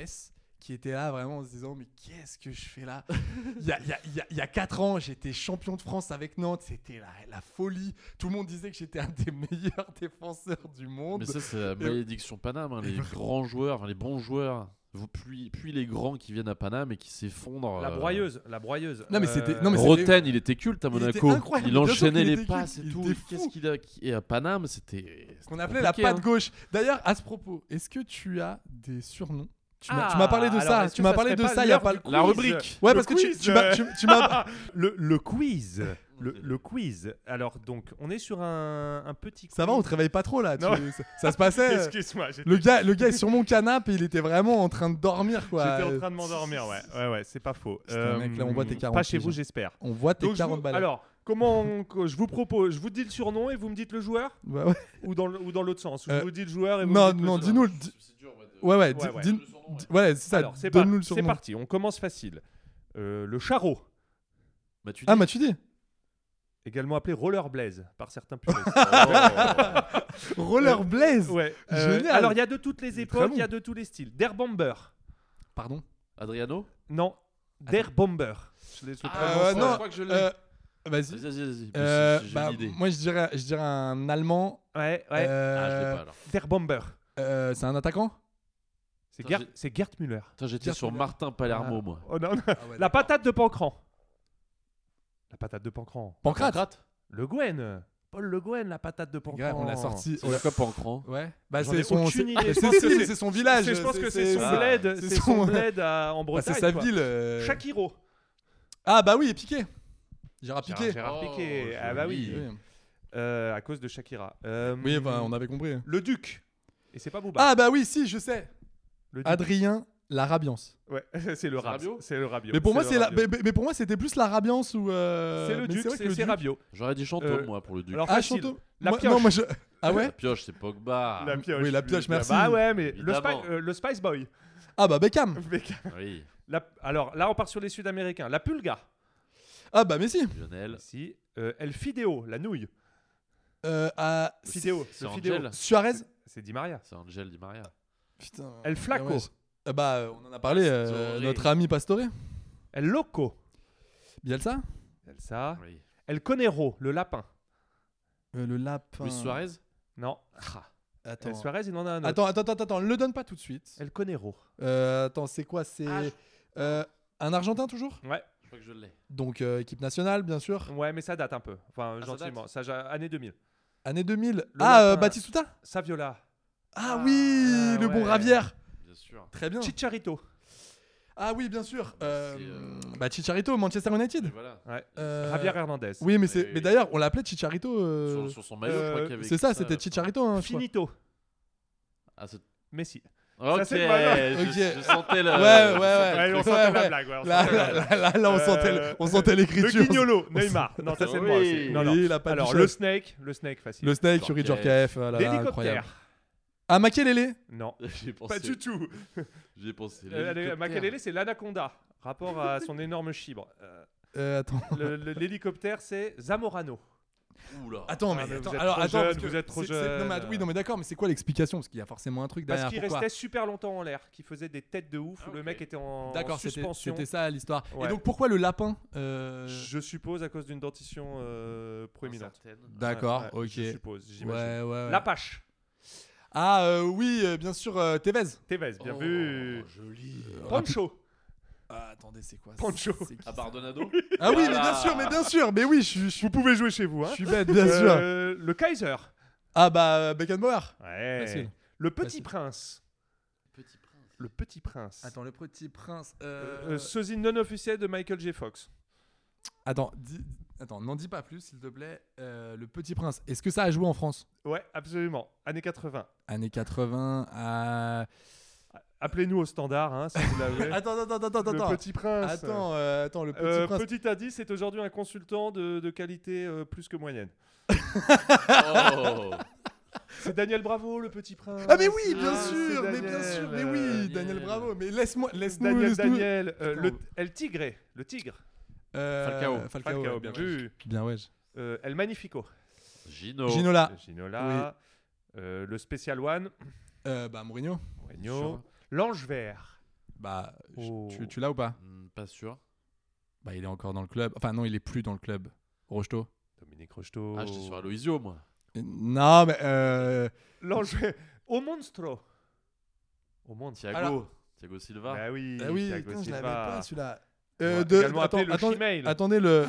qui était là vraiment en se disant mais qu'est-ce que je fais là il y, a, il, y a, il y a- il y a 4 ans j'étais champion de France avec Nantes c'était la, la folie tout le monde disait que j'étais un des meilleurs défenseurs du monde
Mais ça, c'est la malédiction Paname. hein, Les grands joueurs, enfin, les bons joueurs, vous- puis, puis les grands qui viennent à Paname et qui s'effondrent.
La
euh,
broyeuse, la broyeuse. Euh,
Non, mais c'était- non, mais c'était-
Roten, il était culte à
Il était
Monaco.
incroyable,
Il,
bien sûr
enchaînait
qu'il
les
était
passes
culte,
et
il
tout.
était
Qu'est-ce
fou.
qu'il a Et à Paname, c'était.
qu'on
c'était
appelait la
compliqué,
hein.
patte gauche. D'ailleurs, à ce propos, est-ce que tu as des surnoms Tu m'as
Ah,
tu m'as parlé de
alors,
ça.
est-ce
Tu
que
m'as
ça
parlé
serait
de
pas
ça il y
l'heure
a pas
du
le
quiz
La rubrique.
Ouais,
Le
parce que tu-
quiz.
tu m'as- tu tu m'as.
le, le quiz.
hein.
Le, le quiz. Alors, donc, on est sur un, un petit quiz.
Ça va, on travaille pas trop là. tu-
Non.
ça- Ça se passait.
Excuse-moi, j'étais
Le gars, le gars est sur mon canapé, il était vraiment en train de dormir quoi.
j'étais en euh, train de m'endormir, ouais. Ouais, ouais, c'est pas faux. Euh,
Putain, mec, là, on voit tes 40
Pas chez
piges,
vous,
hein.
j'espère.
On voit tes
Donc, je
40
vous-
balles.
Alors, comment on- que- je vous propose Je vous dis le surnom et vous me dites le joueur
Ouais, ouais.
Ou dans, le- ou dans l'autre sens ou
Euh,
Je vous dis le joueur et vous me
Non,
dites le
non,
surnom.
dis-nous. le- di- Ouais, ouais,
Ouais, ouais.
dis- dis- di- voilà, c'est ça.
Alors, c'est par-
Donne-nous le
c'est
surnom.
parti, on commence facile. Euh, le charreau,
Bah, tu dis-
Ah, mais tu dis
également appelé roller blaze par certains puristes.
Oh. Roller Blaze
Ouais. euh,
Génial.
alors il y a de toutes les
est très
époques, il y a
bon.
de tous les styles. Der Bomber.
Pardon
Adriano
Non, Ah. Der Bomber. Je l'ai- je le
Euh,
prononce,
non,
je crois que je l'ai.
euh, Vas-y.
Vas-y, vas-y, vas-y.
Euh,
J'ai- J'ai
bah,
une idée.
moi je dirais, je dirais un allemand.
Ouais, ouais.
Ah, je l'ai
euh,
pas alors.
Der Bomber.
euh, c'est un attaquant
C'est
Attends,
Gert,
j'ai-
c'est Gert Müller.
Putain, j'étais
Pierre
sur
Foucault.
Martin Palermo,
Ah.
moi.
Oh, non, non. La patate de Pancran. La patate de Pancran.
Pancrate.
Le Gwen. Paul Le Gwen, la patate de Pancran.
Gars, on l'a sorti. on l'a-
C'est quoi, Pancran
Ouais. Bah
J'en
c'est
ai
son,
aucune
c'est-
idée.
c'est-
Je pense que
c'est-
c'est-
c'est son village.
C'est- Je pense que c'est son
c'est-
bled,
Ah, c'est
c'est son
son-
bled à- en
Bah,
Bretagne.
c'est sa
quoi.
ville. euh.
Shakiro.
Ah bah oui, Piqué. Gérard Piqué.
Gérard, Gérard
Oh,
Piqué. ah bah oui.
joli.
Oui,
Euh, à cause de Shakira. Euh,
Oui, bah, on avait compris.
Le Duc. Et c'est pas Booba.
Ah bah oui, si, je sais.
le Duc.
Adrien Larabiance.
Ouais, c'est le Rabio.
Rabiot
C'est le Rabio.
Mais pour moi,
le
c'est la...
Rabiot.
mais, mais- mais pour moi, c'était plus Larabiance ou. euh,
C'est le
mais
Duc,
vrai que
c'est- c'est
Duc-
Rabio.
J'aurais dit Chantôme,
Euh,
moi, pour le Duc.
Alors,
Ah,
facile.
Chanto.
La
Moi-
pioche.
Non, moi je. Ah
La
ouais.
pioche, c'est Pogba.
La pioche.
oui, la pioche,
bien.
merci.
Bah ouais, mais le,
Évidemment.
Spi- euh, le Spice Boy.
Ah bah Beckham
Beckham.
Oui,
La- Alors là, on part sur les Sud-Américains. La Pulga.
Ah bah Messi
Lionel.
Ici. Euh, El Fideo, la nouille.
euh, ah,
Fideo,
C'est
le Fideo.
Angel.
Suarez
C'est Di Maria.
C'est Angel Di Maria.
Putain.
El Flaco.
Ah ouais. Ah bah euh, on en a parlé, euh,
Pastore.
notre ami Pastore.
El Loco.
Bielsa
El
Ah,
ça.
Oui.
El Conero, le lapin.
Euh, Le lapin.
Luis Suarez
Non.
Attends.
El Suarez, il en a un autre.
Attends, attends, attends, attends, le donne pas tout de suite.
El Conero.
Euh, attends, c'est quoi C'est
Ah, je-
euh, un Argentin toujours
Ouais.
Je crois que je l'ai.
Donc euh, équipe nationale, bien sûr.
Ouais, mais ça date un peu. Enfin,
Ah, ça
gentiment.
date
Ça, ja- année 2000.
Année 2000. ah, euh,
lapin.
Batistuta
Saviola.
Ah
Ah,
oui, le bon
ouais.
Ravière.
Bien sûr.
Très
Oh.
bien.
Chicharito.
Ah oui, bien sûr.
Mais
Euh,
c'est, euh,
Bah Chicharito, Manchester
Et
United.
voilà.
Ouais.
Euh,
Javier Hernandez.
Oui, mais c'est.
Oui,
Mais
oui.
d'ailleurs, on l'appelait Chicharito. euh,
Sur, sur son maillot, je crois qu'il y avait.
C'est
écrit
ça,
à
c'était
la fin.
Chicharito. hein, je crois.
Finito.
Ah, c'est-
Messi.
Ok,
c'est vraiment-
je,
Ok.
je sentais le.
Ouais,
je sentais
ouais, ouais.
le
Allez, on
truc.
sentait
ouais.
la blague. ouais, on
Là,
sentait la
là,
blague.
là, là, on
Euh,
sentait, le- on sentait
Le
l'écriture.
Guignolo, Neymar. Non, ça c'est
Oui.
moi aussi. Non, non.
Oui, la patte
Alors,
du
le
chef.
Snake. Le Snake, facile.
Le snake, Yuri
Djorkaeff.
Djorkaeff. ah là là, incroyable.
L'hélicoptère.
Ah, Makelele.
Non.
J'ai pensé.
Pas du tout.
J'ai pensé.
Euh, allez,
l'hélicoptère.
Makalele, c'est l'anaconda, rapport à son énorme chibre. Euh,
Euh, attends.
le- le- L'hélicoptère, c'est Zamorano.
Oula.
Attends, mais,
Ah, mais vous
attends,
êtes
alors,
trop
attends,
jeune,
parce que
vous êtes trop
c'est- c'est- non, mais,
jeune.
oui, non, mais d'accord, mais c'est quoi l'explication Parce qu'il y a forcément un truc
Parce
derrière.
qu'il
pourquoi
restait super longtemps en l'air, qui faisait des têtes de ouf,
Ah,
où le
ok.
mec était en, en
D'accord, c'était-
suspension.
c'était ça l'histoire. Et
Ouais.
donc pourquoi le lapin euh,
Je suppose à cause d'une dentition euh,
Ah,
proéminente.
Certaine.
D'accord,
Ouais, ouais,
ok.
Je suppose,
Ouais,
j'imagine.
ouais, ouais.
L'Apache,
Ah euh, oui, euh, bien sûr, euh, Tevez. Euh,
Tevez, bien
Oh,
vu.
Joli.
Pancho,
Ah, attendez, c'est quoi
Pancho. bah,
c'est- c'est qui,
À
ça
Bardonado
Ah oui, mais
Voilà.
bien sûr, mais bien sûr, mais oui, je suis, je suis,
Vous pouvez jouer chez vous, hein
je suis bête, bien sûr.
Euh, Le Kaiser.
Ah bah euh, Beckenbauer.
Ouais.
Facile.
Le Petit
Facile.
Prince.
Petit prince.
Le Petit Prince.
Attends, le petit prince.
Euh, sosie non officiel de Michael J. Fox.
Attends, dis- attends, n'en dis pas plus, s'il te plaît. Euh, le petit prince. Est-ce que ça a joué en France
Ouais, absolument. Années 80.
Années 80. à...
Appelez-nous au standard, hein, si vous l'avez.
Attends, attends, attends, attends,
le
attends.
Petit Prince.
Attends, euh, attends, le petit
Euh,
prince.
petit indice, c'est aujourd'hui un consultant de, de qualité euh, plus que moyenne.
Oh
C'est Daniel Bravo, le Petit Prince.
Ah mais oui, bien
Ah,
sûr,
c'est
mais bien
Daniel,
sûr, mais
euh,
oui, Daniel,
Daniel.
Bravo. Mais laisse-moi, laisse-nous,
Daniel,
laisse-nous.
Daniel, euh,
Putain.
le, El Tigré, le tigre.
Euh,
Falcao.
Falcao,
Falcao,
ouais,
bien
bien ouais.
vu. Oh.
Bien ouais.
Euh, El Magnifico.
Gino.
Ginola,
Ginola. Euh, le Special One.
euh, bah Mourinho,
Mourinho. L'Ange Vert.
bah je-
Oh.
tu, tu l'as ou pas
Hmm, Pas sûr.
Bah il est encore dans le club. Enfin non, il est plus dans le club. Rocheteau.
Dominique Rocheteau.
Ah,
Oh.
j'étais sur Aloisio, moi.
Euh, Non mais euh,
L'Ange Vert. Au Monstro. Au Monstro.
Thiago.
Alors-
Thiago Silva.
Bah oui,
ah oui,
Thiago
putain, je l'avais
Silva.
pas celui-là.
On
Euh,
va
de,
également
attends,
appeler le
attendez,
Gmail.
attendez le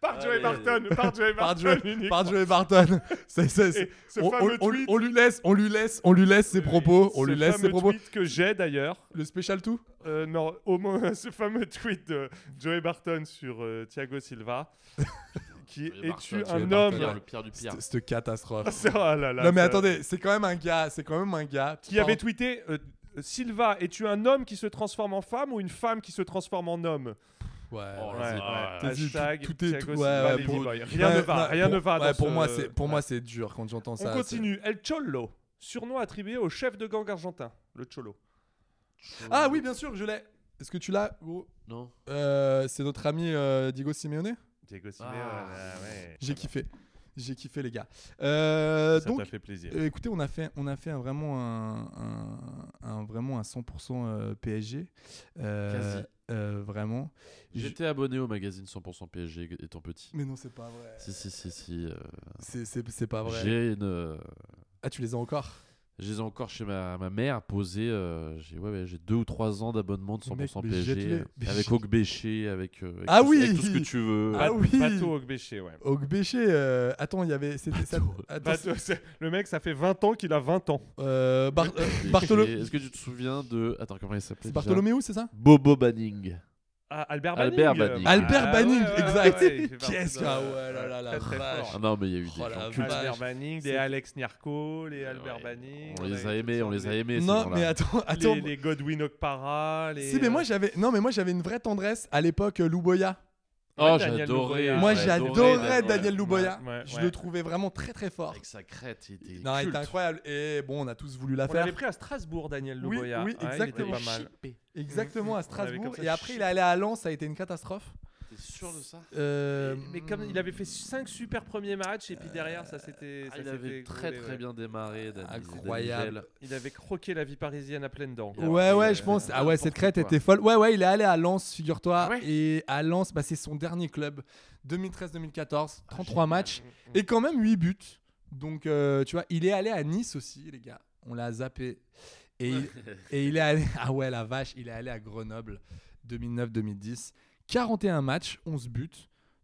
Par Joey
Allez.
Barton, par Joey
par
Barton,
Joey,
uniquement.
par Joey Barton. C'est- c'est- c'est-
Et ce
on,
fameux
on- on-
tweet,
on lui laisse, on lui laisse, on lui laisse ses propos, on
ce
lui laisse ses
fameux
propos.
tweet que j'ai d'ailleurs,
Le special tout
Euh, non, au moins ce fameux tweet de Joey Barton sur euh, Thiago Silva, qui
Joey Barton,
est-tu
Joey
un
Barton,
ouais.
homme
Le pire du pire.
Cette cette catastrophe.
Ah là là,
non mais
ça-
attendez, c'est quand même un gars, c'est quand même un gars
Qui avait tweeté euh, Silva, es-tu un homme qui se transforme en femme ou une femme qui se transforme en homme
Ouais,
Oh,
Ouais,
là, c'est-
ouais.
ah,
T'as dit,
Hashtag
tout, tout est
Thiago
tout- ouais,
Silva,
ouais,
Lazy
pour-
Boy. Rien
ouais,
ne va,
non,
rien
pour-
ne va.
ouais,
dans
pour
ce-
moi, c'est pour moi
Ouais.
c'est dur quand j'entends ça.
On
c'est-
continue. El Cholo, surnom attribué au chef de gang argentin, le Cholo.
Ah oui, bien sûr, je l'ai. Est-ce que tu l'as gros
Non.
Euh, C'est notre ami euh, Diego Simeone.
Diego
Simeone, Ah.
ouais.
J'ai kiffé, j'ai kiffé les gars. Euh,
Ça
donc
t'a fait plaisir.
Euh, écoutez, on a fait, on a fait un, vraiment un, un- un- vraiment un 100% euh, PSG. Euh,
Quasi.
euh, vraiment. Je-
J'étais abonné au magazine 100% PSG étant petit.
Mais non, c'est pas vrai.
Si, si, si, si. euh,
C'est- C'est c'est pas vrai.
J'ai une. euh,
Ah, tu les as encore
Je les ai encore chez ma, ma mère posés. euh, j'ai ouais, ouais, j'ai deux ou trois ans d'abonnement de
Mais mec,
100%
mais
PSG.
jette-les.
euh,
Mais
avec
jette-
Augue Béché, avec, euh, avec
Ah
tout,
oui
avec tout ce que tu veux.
Ah oui
Bateau Ogbeché, ouais.
Ogbéché, euh, attends, il y avait. C'était ça. attends,
Bateau, c'est- le mec, ça fait 20 ans qu'il a 20 ans.
euh, Bar- euh,
Béché.
Bartolo-
Est-ce que tu te souviens de. Attends, comment il s'appelait
c'est
déjà
Bartholoméo, c'est ça
Bobo Banning.
Ah, Albert Banning.
Albert
euh,
Banning.
bah,
Albert
ouais,
Banning,
ouais, ouais,
exact.
ouais, il fait partie
Qu'est-ce
de-
qu'à- ouais, là, là, la
très, très
vache.
Ah
fort.
non, mais il y a eu
Oh
des
la
gens
vache.
cultes.
Albert Banning, des
C'est-
Alex Niarco, les Albert
Ouais,
Banning.
On les a
eu
aimés,
tous
on les a aimés. ces
Non,
gens-là.
mais attends,
Les,
attends.
les Godwin Okpara. Les,
Si, mais moi j'avais. Non, mais moi j'avais une vraie tendresse à l'époque euh, Louboya.
Oh,
Daniel
j'adorais.
Louboya.
Moi,
ouais,
j'adorais
ouais,
Daniel Louboya.
ouais, ouais,
je
ouais.
le trouvais vraiment très très fort.
Avec sa crête, il était.
Non, il
culte.
était incroyable. Et bon, on a tous voulu la
On
faire.
l'avait pris à Strasbourg, Daniel
Oui,
Louboya.
oui,
Ouais, il était
exactement.
pas mal.
Exactement à
On
Strasbourg.
l'avait comme
Et
ça,
après,
chut.
il est allé à Lens, ça a été une catastrophe.
T'es sûr de ça
Euh,
Mais comme il avait fait 5 super premiers matchs et puis derrière ça c'était
Ah,
ça
Il
s'était
avait très
écroulé, ouais.
très bien démarré. Dani-
Incroyable.
Daniel.
Il avait croqué la vie parisienne à pleines dents. quoi.
Ouais,
il
ouais,
avait
je pense.
fait
Ah ouais,
n'importe
cette crête
quoi.
était folle. Ouais, ouais, il est allé à Lens, figure-toi.
Ouais.
Et à Lens, bah, c'est son dernier club. 2013-2014, 33 matchs. Et quand même 8 buts. Donc, euh, tu vois, il est allé à Nice aussi, les gars. On l'a zappé. Et il, et il est allé. Ah ouais, la vache, il est allé à Grenoble 2009-2010. 41 matchs, 11 buts.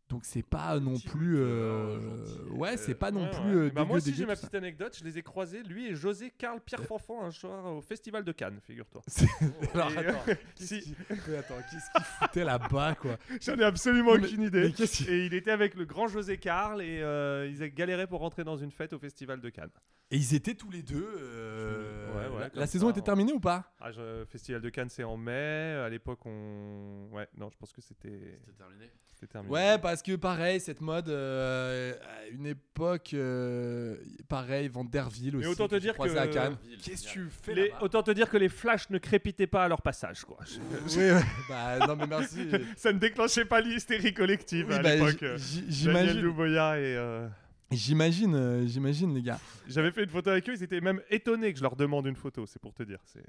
Donc, c'est pas non
petit
plus.
mec,
euh,
euh, gentil,
ouais,
euh,
c'est pas non
Ouais,
plus.
ouais.
euh,
Bah,
dégueu,
moi aussi j'ai
dégueu,
ma
tout ça. Euh.
petite anecdote, je les ai croisés, lui et José Carl Pierre Fanfan un soir au festival de Cannes, figure-toi.
Alors,
Et, euh,
attends,
si.
qu'est-ce qui- mais attends, qu'est-ce qu'il foutait là-bas, quoi
J'en ai absolument
Mais-
aucune idée.
mais qu'est-ce qu'il-
Et il était avec le grand José Carl et euh, ils avaient galéré pour rentrer dans une fête au festival de Cannes.
Et ils étaient tous les deux. euh,
Ouais, ouais,
la- la
comme ça,
saison était
on-
terminée ou pas
Ah, je- festival de Cannes c'est en mai, à l'époque on Ouais, non, je pense que c'était
C'était terminé.
c'était terminé.
Ouais, bah, parce que pareil, cette mode, euh, à une époque, euh, pareil, Vanderville aussi.
Mais autant te
j'ai
dire
croisé
que-
à Cannes.
Ville,
Qu'est-ce que
génial.
tu fais
Les-
là-bas
Autant te dire que les flashs ne crépitaient pas à leur passage quoi. Je-
Oui, oui. bah non mais merci.
Ça ne déclenchait pas l'hystérie collective
Oui,
à
bah,
l'époque.
j-
euh,
j-
Daniel
J'imagine,
Louboya et euh,
j'imagine, euh, j'imagine les gars.
j'avais fait une photo avec eux, ils étaient même étonnés que je leur demande une photo, c'est pour te dire. c'est-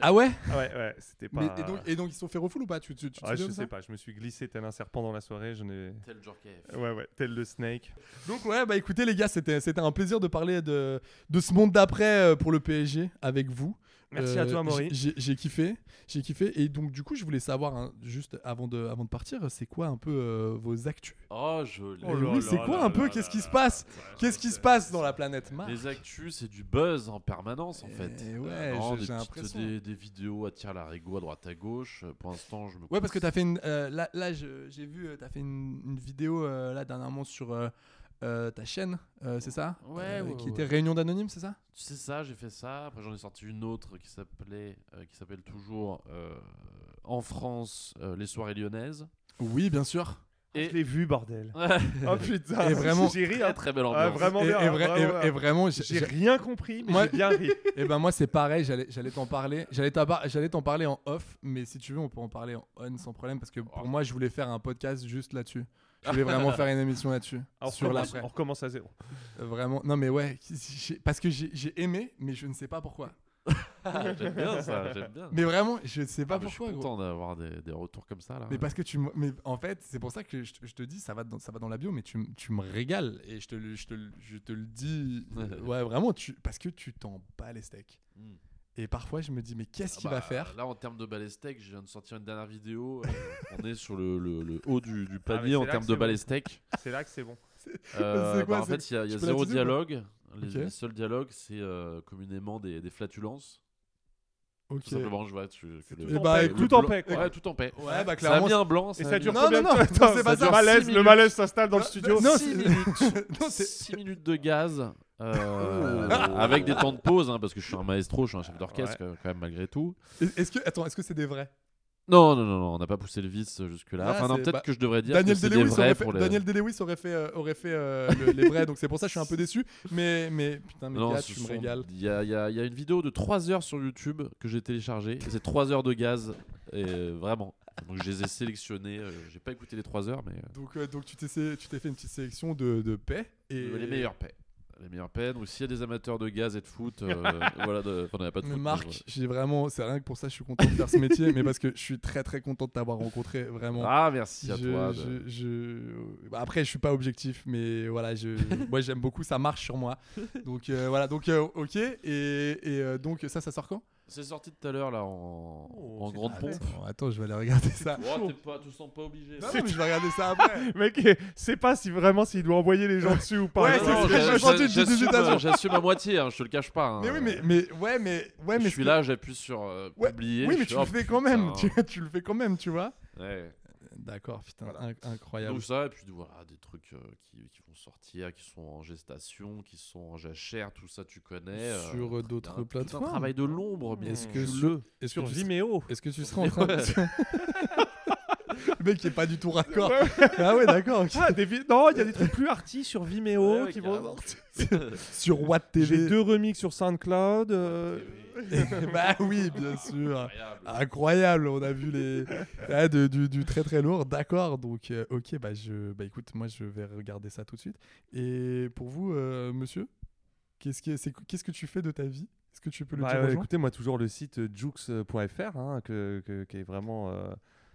Ah ouais
Ah ouais, ouais, c'était pas.
mais, et, donc, et donc ils se sont fait refoule ou pas Tu, tu, tu te
Ah,
souviens
je
de ça
sais pas, je me suis glissé tel un serpent dans la soirée, je n'ai.
Tel Djorkaeff.
Ouais, ouais, tel le snake.
Donc ouais, bah écoutez les gars, c'était c'était un plaisir de parler de, de ce monde d'après euh, pour le PSG avec vous.
Merci à
Euh,
toi, Maury.
J'ai j'ai kiffé, j'ai kiffé. Et donc du coup, je voulais savoir hein, juste avant de avant de partir, c'est quoi un peu euh, vos actus
Oh, joli.
Oh là Oui, c'est là quoi là un peu là Qu'est-ce qui là se là passe là. Qu'est-ce qui se passe dans la planète Mars
Les actus, c'est du buzz en permanence en fait.
Eh ouais,
Euh, non,
j'ai-
des
j'ai
petites-
l'impression.
Des, des vidéos à tir larigot à droite à gauche. Euh, Pour l'instant, je me.
Ouais, parce que t'as fait une euh, là là je- j'ai vu euh, t'as fait une, une vidéo euh, là dernièrement sur euh, euh, ta chaîne, euh, c'est ça
Ouais,
Euh,
ouais,
Qui
ouais.
était réunion d'anonymes, c'est ça
Tu sais ça, j'ai fait ça. Après, j'en ai sorti une autre qui s'appelait, euh, qui s'appelle toujours euh, en France euh, les soirées lyonnaises.
Oui, bien sûr.
Et-
Je l'ai vu, bordel. oh putain,
Et vraiment-
j'ai ri. hein.
très très belle
Ah,
ambiance.
vraiment
Et,
bien.
et
hein,
vra-
vraiment
et-
bien.
et vraiment, j'ai-
J'ai rien compris, mais
Moi-
j'ai bien ri.
Et ben moi c'est pareil, j'allais j'allais t'en parler, j'allais t'en par- j'allais t'en parler en off, mais si tu veux on peut en parler en on sans problème parce que
Oh.
pour moi je voulais faire un podcast juste là-dessus. Je voulais vraiment faire une émission là-dessus
Ah, on,
sur
recommence,
l'après.
on recommence à zéro.
Euh, Vraiment, non mais ouais, j'ai- parce que j'ai j'ai aimé, mais je ne sais pas pourquoi.
j'aime bien ça, j'aime bien.
Mais vraiment, je ne sais pas
Ah, mais je
pourquoi.
suis
gros.
content d'avoir des, des retours comme ça là.
Mais parce que tu, me- mais en fait, c'est pour ça que je, te- je te dis, ça va dans, ça va dans la bio, mais tu, m- tu me régales et je te, le- je te, le- je te le dis, euh, ouais vraiment, tu, parce que tu t'en bats les steaks.
Hmm.
Et parfois je me dis, mais qu'est-ce
Ah
qu'il
bah,
va faire
Là, en termes de balestec, je viens de sortir une dernière vidéo. euh, on est sur le, le- le haut du, du
Ah, mais
panier
c'est
en
là
termes
que
de
c'est bon.
balestec.
C'est là que c'est bon.
Euh,
C'est quoi,
bah, en
c'est-
fait, il y a, il y a
tu peux la
zéro
teaser ou pas
dialogue. Les,
Ok.
les seuls dialogues, c'est euh, communément des, des flatulences.
Ok.
Tout simplement, je vois. Tu, que
Tout
le-
Eh
en
bah,
paix,
écoute,
tout en
blanc-
paix, quoi.
Ouais, tout en paix.
Ouais, bah
ça
clairement.
vient blanc.
Et
Ça
ça
vient-
dure
Non,
combien
non,
de
non,
temps
attends, c'est
Ça
pas
dure
ça.
malaise,
Six
le
minutes.
malaise s'installe dans le
Non,
studio.
non,
Six
c'est-
minutes.
Non, c'est-
6 minutes de gaz. euh, avec des temps de pause, hein, parce que je suis un maestro, je suis un chef d'orchestre euh, quand même malgré tout.
Est- Est-ce que attends, est-ce que c'est des vrais
Non, non, non, non, on n'a pas poussé le vice euh, jusque-là.
Ah,
enfin, non,
c'est-
peut-être
bah,
que je devrais dire
Daniel
que c'est
Day
des
Lewis aurait
vrais
fait,
pour les.
Daniel Day-Lewis aurait fait, euh, aurait fait euh, le- les vrais, donc c'est pour ça que je suis un peu déçu. Mais mais putain, mes
Non,
gars,
ce
tu me
sont-
régales.
Il y a, il y a- il y a une vidéo de 3 heures sur YouTube que j'ai téléchargée. et C'est 3 heures de gaz, et euh, vraiment. Donc je les ai sélectionnés. euh, j'ai pas écouté les 3 heures, mais euh,
Donc euh, donc tu t'es sé- tu t'es fait une petite sélection de, de paix et
les meilleures paix. Les meilleures paix. Donc s'il y a des amateurs de gaz et de foot, euh, voilà, de... enfin, on n'a pas de
Mais
foot. mais
Marc, j'ai vraiment, c'est rien que pour ça, je suis content de faire ce métier, mais parce que je suis très très content de t'avoir rencontré, vraiment.
voilà. Ah, merci à
Je-
toi. de-
je- je- bah, Après, je suis pas objectif, mais voilà, je... moi j'aime beaucoup, ça marche sur moi. Donc euh, voilà, donc euh, ok, et, et, euh, donc ça, ça sort quand
C'est sorti tout à l'heure là en,
Oh,
en
c'est
grande
parfait.
pompe.
Attends, attends, je vais aller regarder ça.
Oh, t'es pas, tu sens pas obligé.
Non, non, mais je vais regarder ça après.
Mec, c'est pas si vraiment s'il doit envoyer les gens dessus ou pas.
Ouais,
Non,
c'est
non,
ce que
j'a-
j'ai senti,
j'a-
je disais
j'assume,
ça,
euh,
genre.
J'assume à moitié, hein, je te le cache pas. hein.
Mais oui, mais, mais ouais, mais ouais, mais
je suis
ce-
là, j'appuie sur euh,
Ouais,
publier.
Oui,
je
mais
fais,
tu le
oh,
fais quand même, tu,
putain.
tu le fais quand même, tu vois.
Ouais.
D'accord, putain, inc- incroyable.
Donc ça, et puis voilà, des trucs euh, qui, qui vont sortir, qui sont en gestation, qui sont en jachère, tout ça tu connais. euh,
Sur, euh,
il y a un-
d'autres
tout un
plateformes.
travail de l'ombre, bien
Est-ce
sûr.
que
le
Est-ce que
Sur
tu-
Vimeo.
Est-ce que tu serais en train de... Le mec qui est pas du tout raccord. ah ouais, d'accord. ok.
Ah, des vi- Non, il y a des trucs plus arty sur Vimeo
Ouais,
qui vont.
carrément.
Sur Watt
J'ai
TV.
deux remix sur SoundCloud. euh,
bah oui, bien sûr. Incroyable, on a vu les ah, de- du, du très très lourd, d'accord. Donc euh, ok, bah je, bah écoute, moi je vais regarder ça tout de suite. Et pour vous, euh, monsieur, qu'est-ce que c'est, qu'est-ce que tu fais de ta vie Est-ce que tu peux le
bah,
dire aux
euh,
gens
écoutez, moi, toujours le site euh, jooks.fr, hein, que, que- qui est vraiment. euh,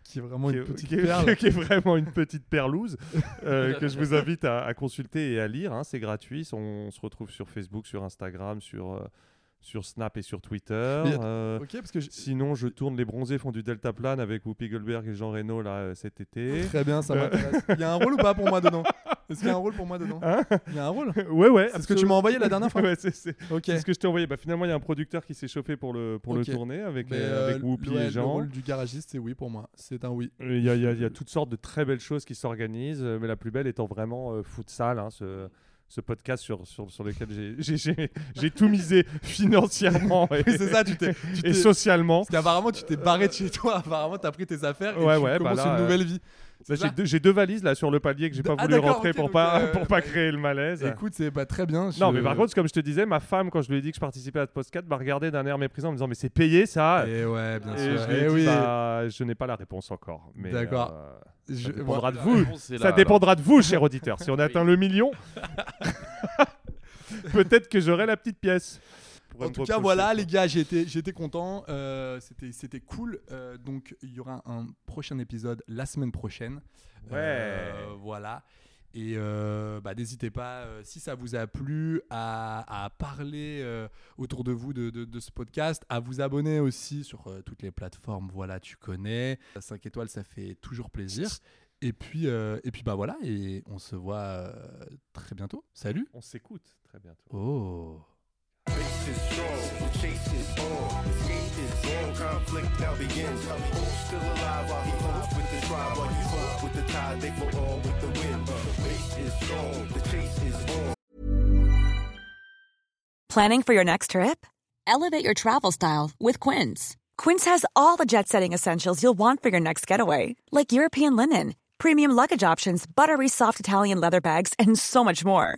Qui est vraiment
qui
une
est-
petite
qui est-
perle.
qui est vraiment une petite perlouse euh, que je vous invite à, à consulter et à lire. hein, c'est gratuit. On, on se retrouve sur Facebook, sur Instagram, sur, euh, sur Snap et sur Twitter.
Mais att-
euh,
Ok, parce que j'ai-
Sinon, je tourne Les Bronzés font du Delta Plane avec Whoopi Goldberg et Jean Reno là, euh, cet été.
très bien, ça
Euh.
m'intéresse. Il y a un rôle ou pas pour moi dedans Est-ce qu'il y a un rôle pour moi dedans
Hein
Il y a un rôle
ouais, ouais.
C'est ce que tu m'as envoyé la dernière fois
Ouais, c'est c'est-
Ok.
c'est ce que je t'ai envoyé. Bah, finalement, il y a un producteur qui s'est chauffé pour le, pour
Ok.
le tourner avec,
Mais,
euh,
euh,
avec Whoopi
ouais,
et
Le
Jean.
rôle du garagiste, c'est oui pour moi. C'est un oui.
Il y, a- il y a- il y a toutes sortes de très belles choses qui s'organisent, euh, mais la plus belle étant vraiment euh, futsal, hein, ce, ce podcast sur, sur, sur lequel j'ai- j'ai- j'ai j'ai tout misé financièrement et,
Oui, c'est ça, tu t'es. tu
et
t'es-
socialement.
Parce qu'apparemment, tu t'es barré de chez toi. Apparemment, t'as pris tes affaires et
Ouais,
tu
ouais, bah
commences
là,
une
euh,
nouvelle vie.
Là,
C'est
J'ai
ça
deux, j'ai deux valises là sur le palier que j'ai
De-
pas
ah,
voulu
d'accord,
rentrer
ok,
pour,
donc,
pas,
euh,
pour pas créer le malaise.
Écoute, c'est bah, très bien.
Non,
je-
mais par contre, comme je te disais, ma femme, quand je lui ai dit que je participais à ce podcast, m'a regardé d'un air méprisant en me disant Mais c'est payé ça
Eh ouais, bien
Et
sûr.
je lui ai
Eh
dit,
oui.
Bah, Je n'ai pas la réponse encore. mais,
D'accord.
euh,
Je-
ça dépendra
voilà.
de vous. Ça dépendra de vous, cher auditeur. Si on atteint le million, peut-être que j'aurai la petite pièce. Pour
En
me
tout cas,
reprocher,
voilà,
quoi.
les gars, j'étais, j'étais content. euh, c'était, c'était cool. Euh, donc, il y aura un prochain épisode la semaine prochaine.
Ouais.
Euh, voilà. Et euh, bah, n'hésitez pas, euh, si ça vous a plu, à, à parler euh, autour de vous de, de- de ce podcast, à vous abonner aussi sur euh, toutes les plateformes. Voilà, tu connais. 5 étoiles, ça fait toujours plaisir. Et puis, euh, et puis bah voilà, et on se voit euh, très bientôt. Salut.
On s'écoute très bientôt.
Oh.
Planning for your next trip? Elevate your travel style with Quince. Quince has all the jet setting essentials you'll want for your next getaway, like European linen, premium luggage options, buttery soft Italian leather bags, and so much more.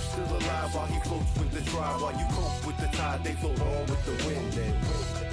still alive while he floats with the tribe. While you cope with the tide, they float on with the wind. And